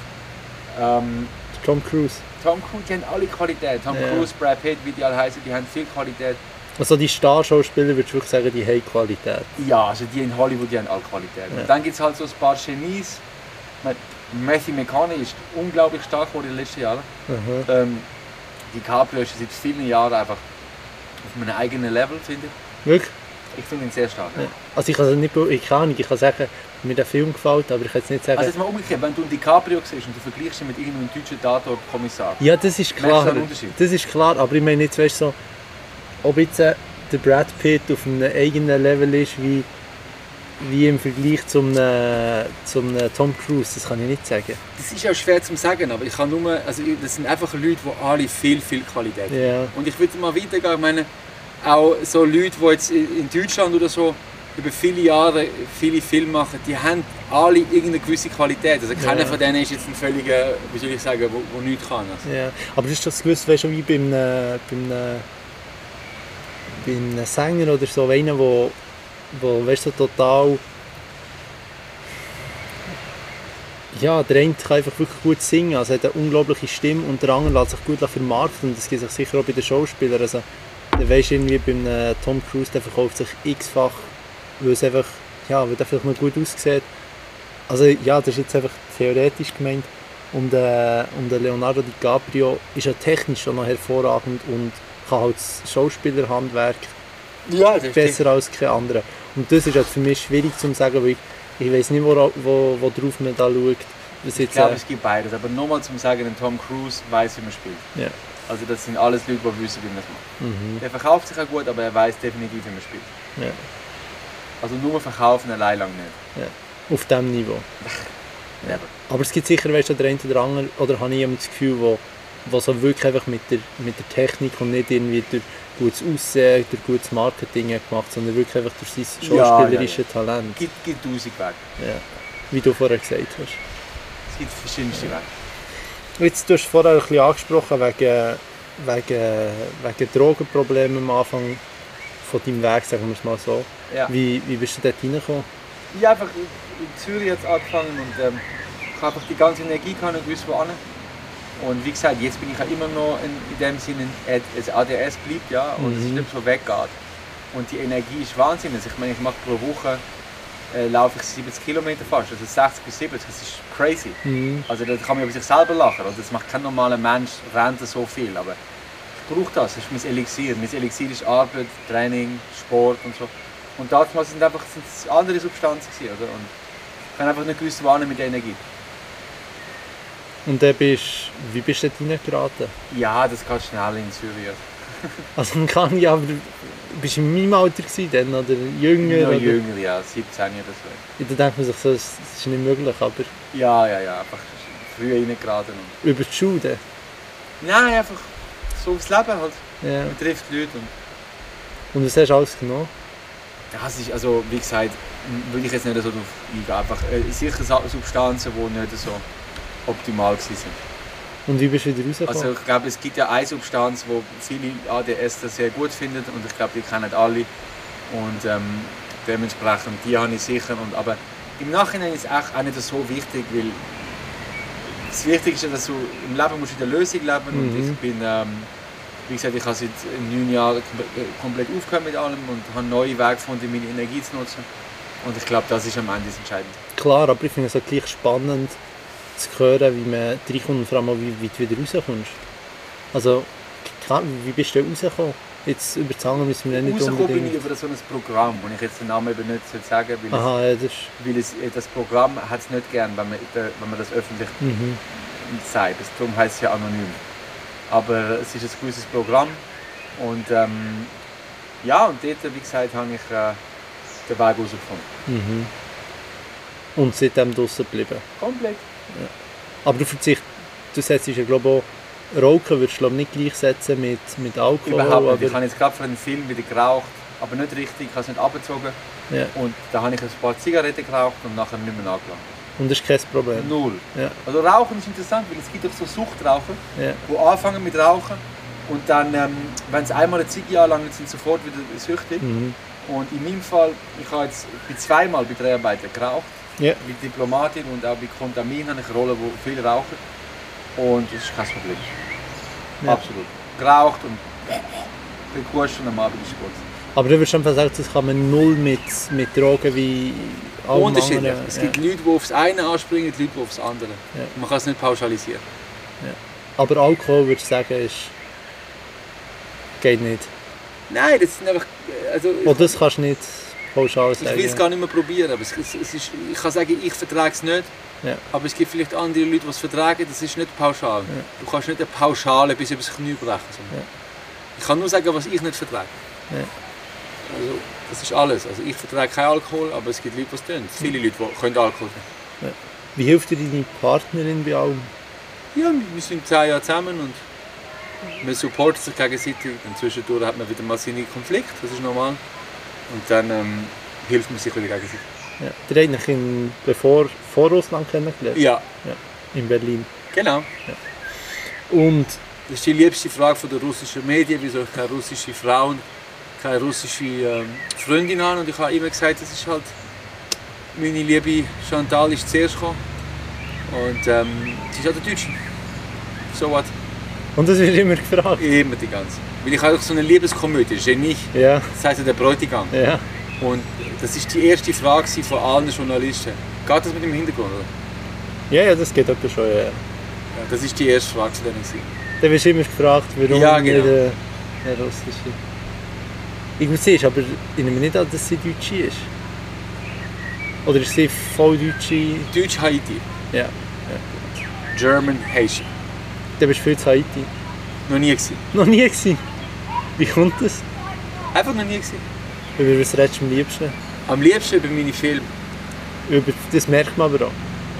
Ähm, Tom Cruise. Tom Cruise, die haben alle Qualität. Tom Ja. Cruise, Brad Pitt, wie die alle heißen, die haben viel Qualität. Also die Starschauspieler würdest du wirklich sagen, die haben Qualität. Ja, also die in Hollywood, die haben alle Qualität. Ja. Und dann gibt es halt so ein paar Genies. Ich meine, Matthew McConaughey ist unglaublich stark geworden in den letzten Jahren. Mhm. Ähm, DiCaprio ist seit vielen Jahren einfach auf meinem eigenen Level, finde ich. Wirklich? Ich finde ihn sehr stark. Ja. Also ich kann es nicht... be- Ich kann nicht. Ich kann sagen, mir der Film gefällt, aber ich kann jetzt nicht sagen... Also jetzt mal umgekehrt, wenn du einen DiCaprio siehst und du vergleichst ihn mit irgendeinem deutschen Tatortkommissar. Ja, das ist klar. Merkst du den Unterschied? Das ist klar, aber ich meine jetzt, weißt du, so, ob jetzt äh, der Brad Pitt auf einem eigenen Level ist, wie, wie im Vergleich zum, äh, zum äh, Tom Cruise, das kann ich nicht sagen. Das ist ja schwer zu sagen, aber ich kann nur, also ich- das sind einfach Leute, die alle viel, viel Qualität haben. Ja, Und ich würde mal weitergehen, ich meine, auch so Leute, die jetzt in in Deutschland oder so über viele Jahre viele Filme machen, die haben alle irgendeine gewisse Qualität. Also keiner Ja. von denen ist jetzt ein völliger, wie soll ich sagen, wo, wo nichts kann. Also. ja. Aber das ist das gewusst, weißt du, wie beim, äh, beim, äh, beim einem Sänger oder so, einer, wo, wo weißt du, so total. Ja, der eine kann einfach wirklich gut singen, also hat eine unglaubliche Stimme und der andere lässt sich gut vermarkten und das gibt sich sicher auch bei den Schauspielern. Also, Dann weisst du irgendwie beim äh, Tom Cruise, der verkauft sich x-fach, weil es einfach, ja, weil der vielleicht mal gut aussieht. Also ja, das ist jetzt einfach theoretisch gemeint. Und, äh, und der Leonardo DiCaprio ist ja technisch schon noch hervorragend und kann halt das Schauspielerhandwerk Ja, das besser als kein anderer. Und das ist halt für mich schwierig zu sagen, weil ich, ich weiß nicht, wo, wo, wo drauf man da schaut. Das Ich jetzt, glaube, äh, es gibt beides. Aber nochmal zum Sagen, der Tom Cruise weiß, wie man spielt. Ja. Also das sind alles Leute, die wissen, wie man das macht. mhm. Der verkauft sich auch gut, aber er weiß definitiv, wie man spielt. Ja. Also nur verkaufen allein lang nicht. Auf diesem Niveau. Never. Aber es gibt sicher weißt, du, der eine oder andere, oder habe ich jemanden das Gefühl, wo, wo so wirklich einfach mit der, mit der Technik und nicht irgendwie durch gutes Aussehen, durch gutes Marketing gemacht, sondern wirklich einfach durch sein Ja, ja, schauspielerisches Talent. Es gibt, gibt tausend Wege. Ja. Wie du vorher gesagt hast. Es gibt verschiedenste Wege. Jetzt, du hast vorher ein bisschen angesprochen wegen, wegen, wegen Drogenproblemen am Anfang von deinem Weg, sagen wir es mal so. Ja. Wie, wie bist du dort reingekommen? Ich habe einfach in Zürich jetzt angefangen und ähm, ich habe einfach die ganze Energie gehabt und gewusst, wohin. Und wie gesagt, jetzt bin ich ja immer noch in, in dem Sinne, äh, das ADS bleibt ja und es ist Mhm. nicht so weggeht. Und die Energie ist wahnsinnig. Ich meine, ich mache pro Woche äh, laufe ich 70 Kilometer fast, also 60 bis 70, das ist crazy. Mhm. Also da kann man über sich selber lachen. Also, das macht kein normaler Mensch, rennt so viel. Aber ich brauche das, das ist mein Elixier. Mein Elixier ist Arbeit, Training, Sport und so. Und damals sind einfach sind es andere Substanzen. Gewesen, oder? Und ich kann einfach nicht gewusst warnen mit der Energie. Und dann bist, wie bist du dort reingeraten? Ja, das geht schnell in Syrien. Also man kann ja, aber bist du in meinem Alter gewesen, dann, oder jünger? Noch oder? jünger, ja, 17 oder so. Ja, Da denkt man sich so, das das ist nicht möglich, aber Ja, ja, ja, einfach früh reingeraten. Und... über die Schule, dann, Nein, einfach so aufs Leben halt. ja. Man trifft Leute und Und was hast du alles genommen? Das ist, also wie gesagt, will ich jetzt nicht so drauf eingehen. Einfach äh, sicher Sa- Substanzen, die nicht so optimal waren. Und wie bist du wieder rausgekommen? Also ich glaube, es gibt ja eine Substanz, wo viele ADS das sehr gut finden und ich glaube, die kennen alle. Und ähm, dementsprechend, die habe ich sicher. Und, aber im Nachhinein ist es echt auch nicht so wichtig, weil das Wichtigste ist, dass du im Leben musst in der Lösung leben und Mhm. ich bin, ähm, wie gesagt, ich habe seit neun Jahren kom- äh, komplett aufgehört mit allem und habe neue Wege gefunden, meine Energie zu nutzen. Und ich glaube, das ist am Ende das Entscheidende. Klar, aber ich finde es auch gleich spannend zu hören, wie man reinkommt und vor allem auch, wie weit du wieder rauskommst. Also, keine- wie bist du da rausgekommen? Jetzt über die Zange müssen wir nicht Rausgekommen bin ich unbedingt... über so ein Programm, und ich jetzt den Namen eben nicht sagen soll, weil es Aha, ja, das ist... weil es, äh, das Programm hat es nicht gern, wenn man, wenn man das öffentlich Mhm. sagt. Das- Darum heißt es ja anonym. Aber es ist ein gewisses Programm und ähm, ja, und dort, wie gesagt, habe ich äh, den Weg rausgefunden. Mhm. Und seitdem draussen geblieben. Komplett. Aber du verzichtest, du setzt ja glaube ich auch, Rauchen würdest du glaube ich, nicht gleichsetzen mit, mit Alkohol. Überhaupt nicht. aber- Ich habe jetzt gerade für einen Film wieder geraucht, aber nicht richtig, ich habe es nicht abgezogen. Ja. Und da habe ich ein paar Zigaretten geraucht und nachher nicht mehr angelangt. Und das ist kein Problem. Null. Ja. Also Rauchen ist interessant, weil es gibt doch so Suchtraucher, Ja. die anfangen mit Rauchen und dann, ähm, wenn sie einmal eine Ziege anlangen, sind sie sofort wieder süchtig. Mhm. Und in meinem Fall, ich habe jetzt bei zweimal bei Dreharbeiten geraucht. Ja. Mit Diplomatin und auch bei Contamin habe ich eine Rolle, wo viel rauchen. Und das ist kein Problem. Ja. Absolut. Geraucht und gekuscht und am Abend ist gut. Aber du würdest einfach sagen, das kann man null mit, mit Drogen wie allem Unterschiedlich. anderen. Es Ja. gibt Leute, die aufs eine anspringen, Leute, die aufs andere. Ja. Man kann es nicht pauschalisieren. Aber Alkohol würdest du sagen, ist... geht nicht. Nein, das sind einfach. äh, Also, Oder das kannst du nicht pauschal ich sagen. will es gar nicht mehr probieren. Aber es, es, es ist, ich kann sagen, ich vertrage es nicht. Ja. Aber es gibt vielleicht andere Leute, die es vertragen. Das ist nicht pauschal. Du kannst nicht eine Pauschale bis übers Knie brechen. sondern Ja. Ich kann nur sagen, was ich nicht vertrage. Ja. Also, das ist alles. Also, ich vertrage keinen Alkohol, aber es gibt Leute, die es tun. Viele Mhm. Leute die können Alkohol trinken. Wie hilft dir deine Partnerin bei allem? Ja, wir sind zehn Jahre zusammen und wir supporten sich gegenseitig. Und zwischendurch hat man wieder mal seine Konflikte, das ist normal. Und dann ähm, hilft man sich wieder gegenseitig. Ja. Der hat dich in, bevor, vor Russland kennengelernt, Ja, in Berlin. genau. Und Das ist die liebste Frage von der russischen Medien, wieso ich keine russische Frauen, keine russische ähm, Freundin habe. Und ich habe immer gesagt, das ist halt, meine liebe Chantal ist zuerst gekommen. Und ähm, sie ist halt eine Deutsche. So was. Und das ist immer gefragt. Immer die ganze. Weil ich habe auch so eine Liebeskomödie, Genie, Ja, das heißt ja der Bräutigam. ja. Und das ist die erste Frage gewesen von allen Journalisten. Geht das mit dem Hintergrund? Oder? Ja, ja, das geht etwa schon, ja. Ja, das ist die erste Frage zu denen. gewesen. Dann wirst du immer gefragt, warum Ja, genau. wir äh, eine russische... Ich muss sehen, aber ich nehme nicht an, dass sie Deutsche ist. Oder ist sie voll Deutsche? Deutsch Haiti, Ja. German Haitian. Dann bist du viel zu Haiti. Noch nie gewesen. Noch nie gewesen. Wie kommt das? Einfach noch nie gewesen. Über was redest du am liebsten? Am liebsten über meine Filme. Über, das merkt man aber auch.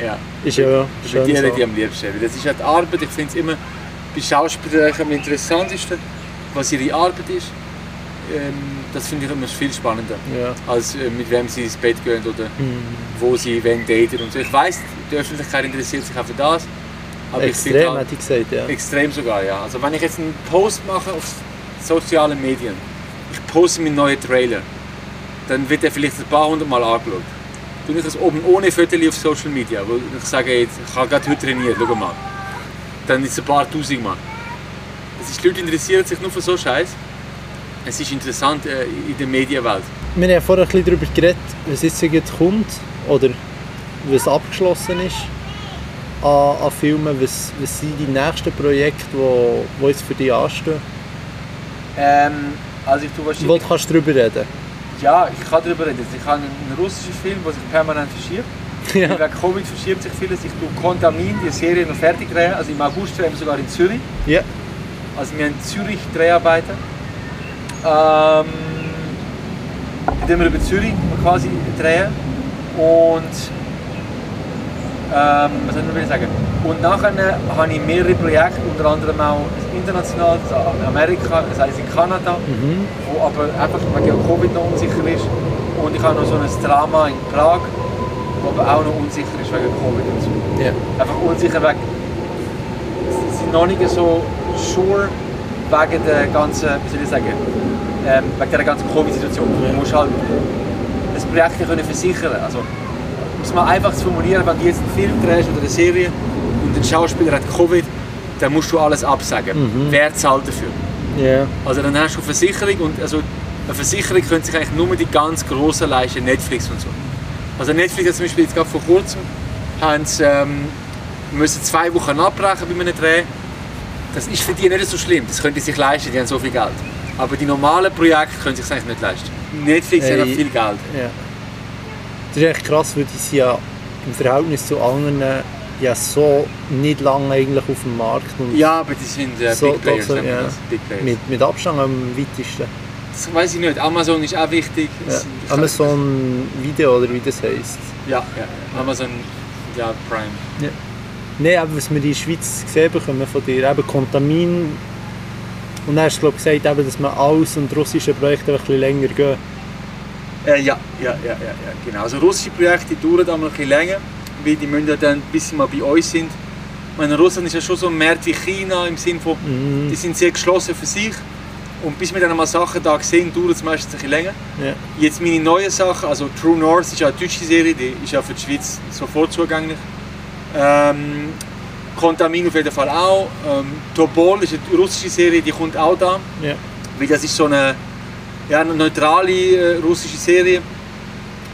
Ja. Ist ja Mit schön dir rede ich so. am liebsten. Weil das ist halt die Arbeit. Ich finde es immer bei Schauspielern eigentlich am interessantesten, was ihre Arbeit ist. Ähm, das finde ich immer viel spannender, Ja. als äh, mit wem sie ins Bett gehen oder Hm. wo sie wen daten und so. Ich weiß, die Öffentlichkeit interessiert sich auch für das. Aber ich finde Extrem, halt, hätte ich gesagt, ja. extrem sogar, ja. Also wenn ich jetzt einen Post mache auf sozialen Medien, ich poste meinen neuen Trailer, dann wird er vielleicht ein paar hundert Mal angeschaut. Tue ich das oben ohne Viertel auf Social Media, weil ich sage, hey, jetzt, ich habe gerade heute trainiert, schau mal. Dann ist es ein paar tausend Mal. Es ist, die Leute interessieren sich nur für so Scheiß. Es ist interessant äh, in der Medienwelt. Wir haben ja vorher ein bisschen darüber geredet, was jetzt gerade kommt oder was abgeschlossen ist an, an Filmen. Was, was sind die nächsten Projekte, die wo, wo jetzt für dich anstehen? Ähm, also ich tue wahrscheinlich... Wo du kannst darüber reden Ja, ich kann darüber reden. Ich habe einen russischen Film, der sich permanent verschiebt. Ja. Wegen Covid verschiebt sich vieles. Ich tue Kontamin, die Serie noch fertig drehen. Also im August drehen wir sogar in Zürich. Ja. Also wir haben in Zürich Dreharbeiten. Ähm, indem wir über Zürich quasi drehen. Und ähm, was soll ich sagen? Und nachher habe ich mehrere Projekte, unter anderem auch international, das heißt in Amerika, das heißt in Kanada Mhm. wo aber einfach wegen Covid noch unsicher ist. Und ich habe noch so ein Drama in Prag, wo aber auch noch unsicher ist wegen Covid und so. Ja. Einfach unsicher wegen... Sie sind noch nicht so sure wegen der ganzen, wie soll ich sagen, ähm, wegen der ganzen Covid-Situation. Du musst halt das Projekt ja können versichern. Also, um es mal einfach zu formulieren, wenn du jetzt einen Film drehst oder eine Serie und ein Schauspieler hat Covid, dann musst du alles absagen. Mhm. Wer zahlt dafür? Ja. Also dann hast du Versicherung und also eine Versicherung können sich eigentlich nur die ganz grossen leisten, Netflix und so. Also Netflix hat zum Beispiel jetzt gerade vor kurzem, haben sie, ähm, müssen zwei Wochen abbrechen bei einem Dreh. Das ist für die nicht so schlimm, das können die sich leisten, die haben so viel Geld. Aber die normalen Projekte können sich eigentlich nicht leisten. Netflix hat Ey. auch viel Geld. ja. Das ist echt krass, weil die sind ja im Verhältnis zu anderen ja so nicht lange eigentlich auf dem Markt und Ja, aber die sind äh, So, Big Players, trotzdem, nennt man ja. das. Big Players. mit, mit Abstand am weitesten. Das weiß ich nicht, Amazon ist auch wichtig. Ja. Es- ich- Amazon Video oder wie das heisst. Ja, ja, ja. Amazon, ja, Prime. Nein, aber was wir in der Schweiz gesehen bekommen von dir, eben Kontamin. Und dann hast du glaub, gesagt, eben, dass man aus und russische Projekte ein bisschen länger gehen. Äh, ja, ja, ja, ja, ja, genau. Also russische Projekte dauern einmal ein bisschen länger, weil die müssen ja dann ein bisschen mal bei uns sind. Ich meine, Russland ist ja schon so ein Markt wie China im Sinne von, die Mhm. sind sehr geschlossen für sich. Und bis wir dann mal Sachen da sehen, dauert es meistens ein bisschen länger. Ja. Jetzt meine neuen Sachen, also True North ist ja eine deutsche Serie, die ist ja für die Schweiz sofort zugänglich. Ähm, Contamin auf jeden Fall auch. Ähm, Topol ist eine russische Serie, die kommt auch da. Ja. Weil das ist so eine, ja, eine neutrale äh, russische Serie.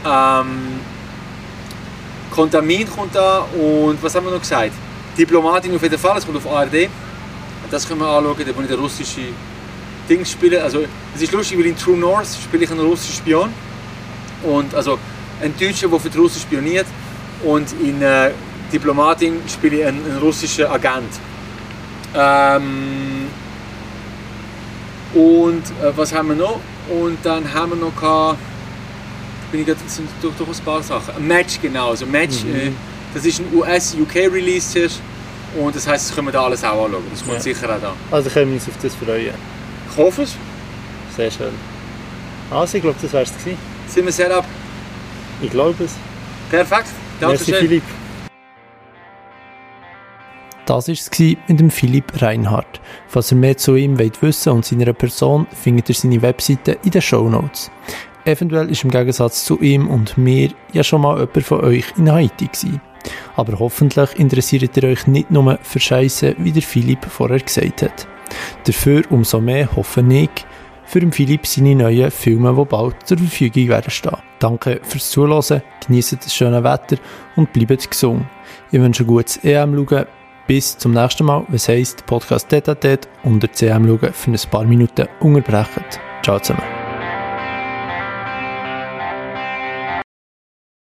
Ähm, Contamin kommt da und was haben wir noch gesagt? Diplomatin auf jeden Fall, das kommt auf ARD. Das können wir anschauen, da bin ich der russische Ding spielen. Also, es ist lustig, weil in True North spiele ich einen russischen Spion. Und, also ein Deutscher, der für die Russen spioniert. Und in äh, Diplomatin spiele ich einen, einen russischen Agent. Ähm, und äh, was haben wir noch? Und dann haben wir noch gehabt, bin ich gerade sind durch, durch ein paar Sachen. Ein Match genau, also Match, Mhm. äh, das ist ein US-UK-Release zuerst. und das heißt, das können wir da alles auch anschauen. Das kommt Ja. sicher auch da. Also können wir uns auf das freuen. Ich hoffe es. Sehr schön. Also, ich glaube, das wär's gewesen. Sind wir sehr ab. Ich glaube es. Perfekt. Merci, Dankeschön. Philipp. Das war es mit dem Philipp Reinhardt. Falls ihr mehr zu ihm wollt wissen und seiner Person, findet ihr seine Webseite in den Shownotes. Eventuell ist im Gegensatz zu ihm und mir ja schon mal jemand von euch in Haiti gewesen. Aber hoffentlich interessiert ihr euch nicht nur für Scheiße, wie der Philipp vorher gesagt hat. Dafür umso mehr hoffe ich, für den Philipp seine neuen Filme, die bald zur Verfügung werden stehen. Danke fürs Zuhören, genießt das schöne Wetter und bleibt gesund. Ich wünsche ein gutes E EM-Schauen. Bis zum nächsten Mal, was heisst Podcast Tete unter CM schauen für ein paar Minuten unterbrechen. Ciao zusammen.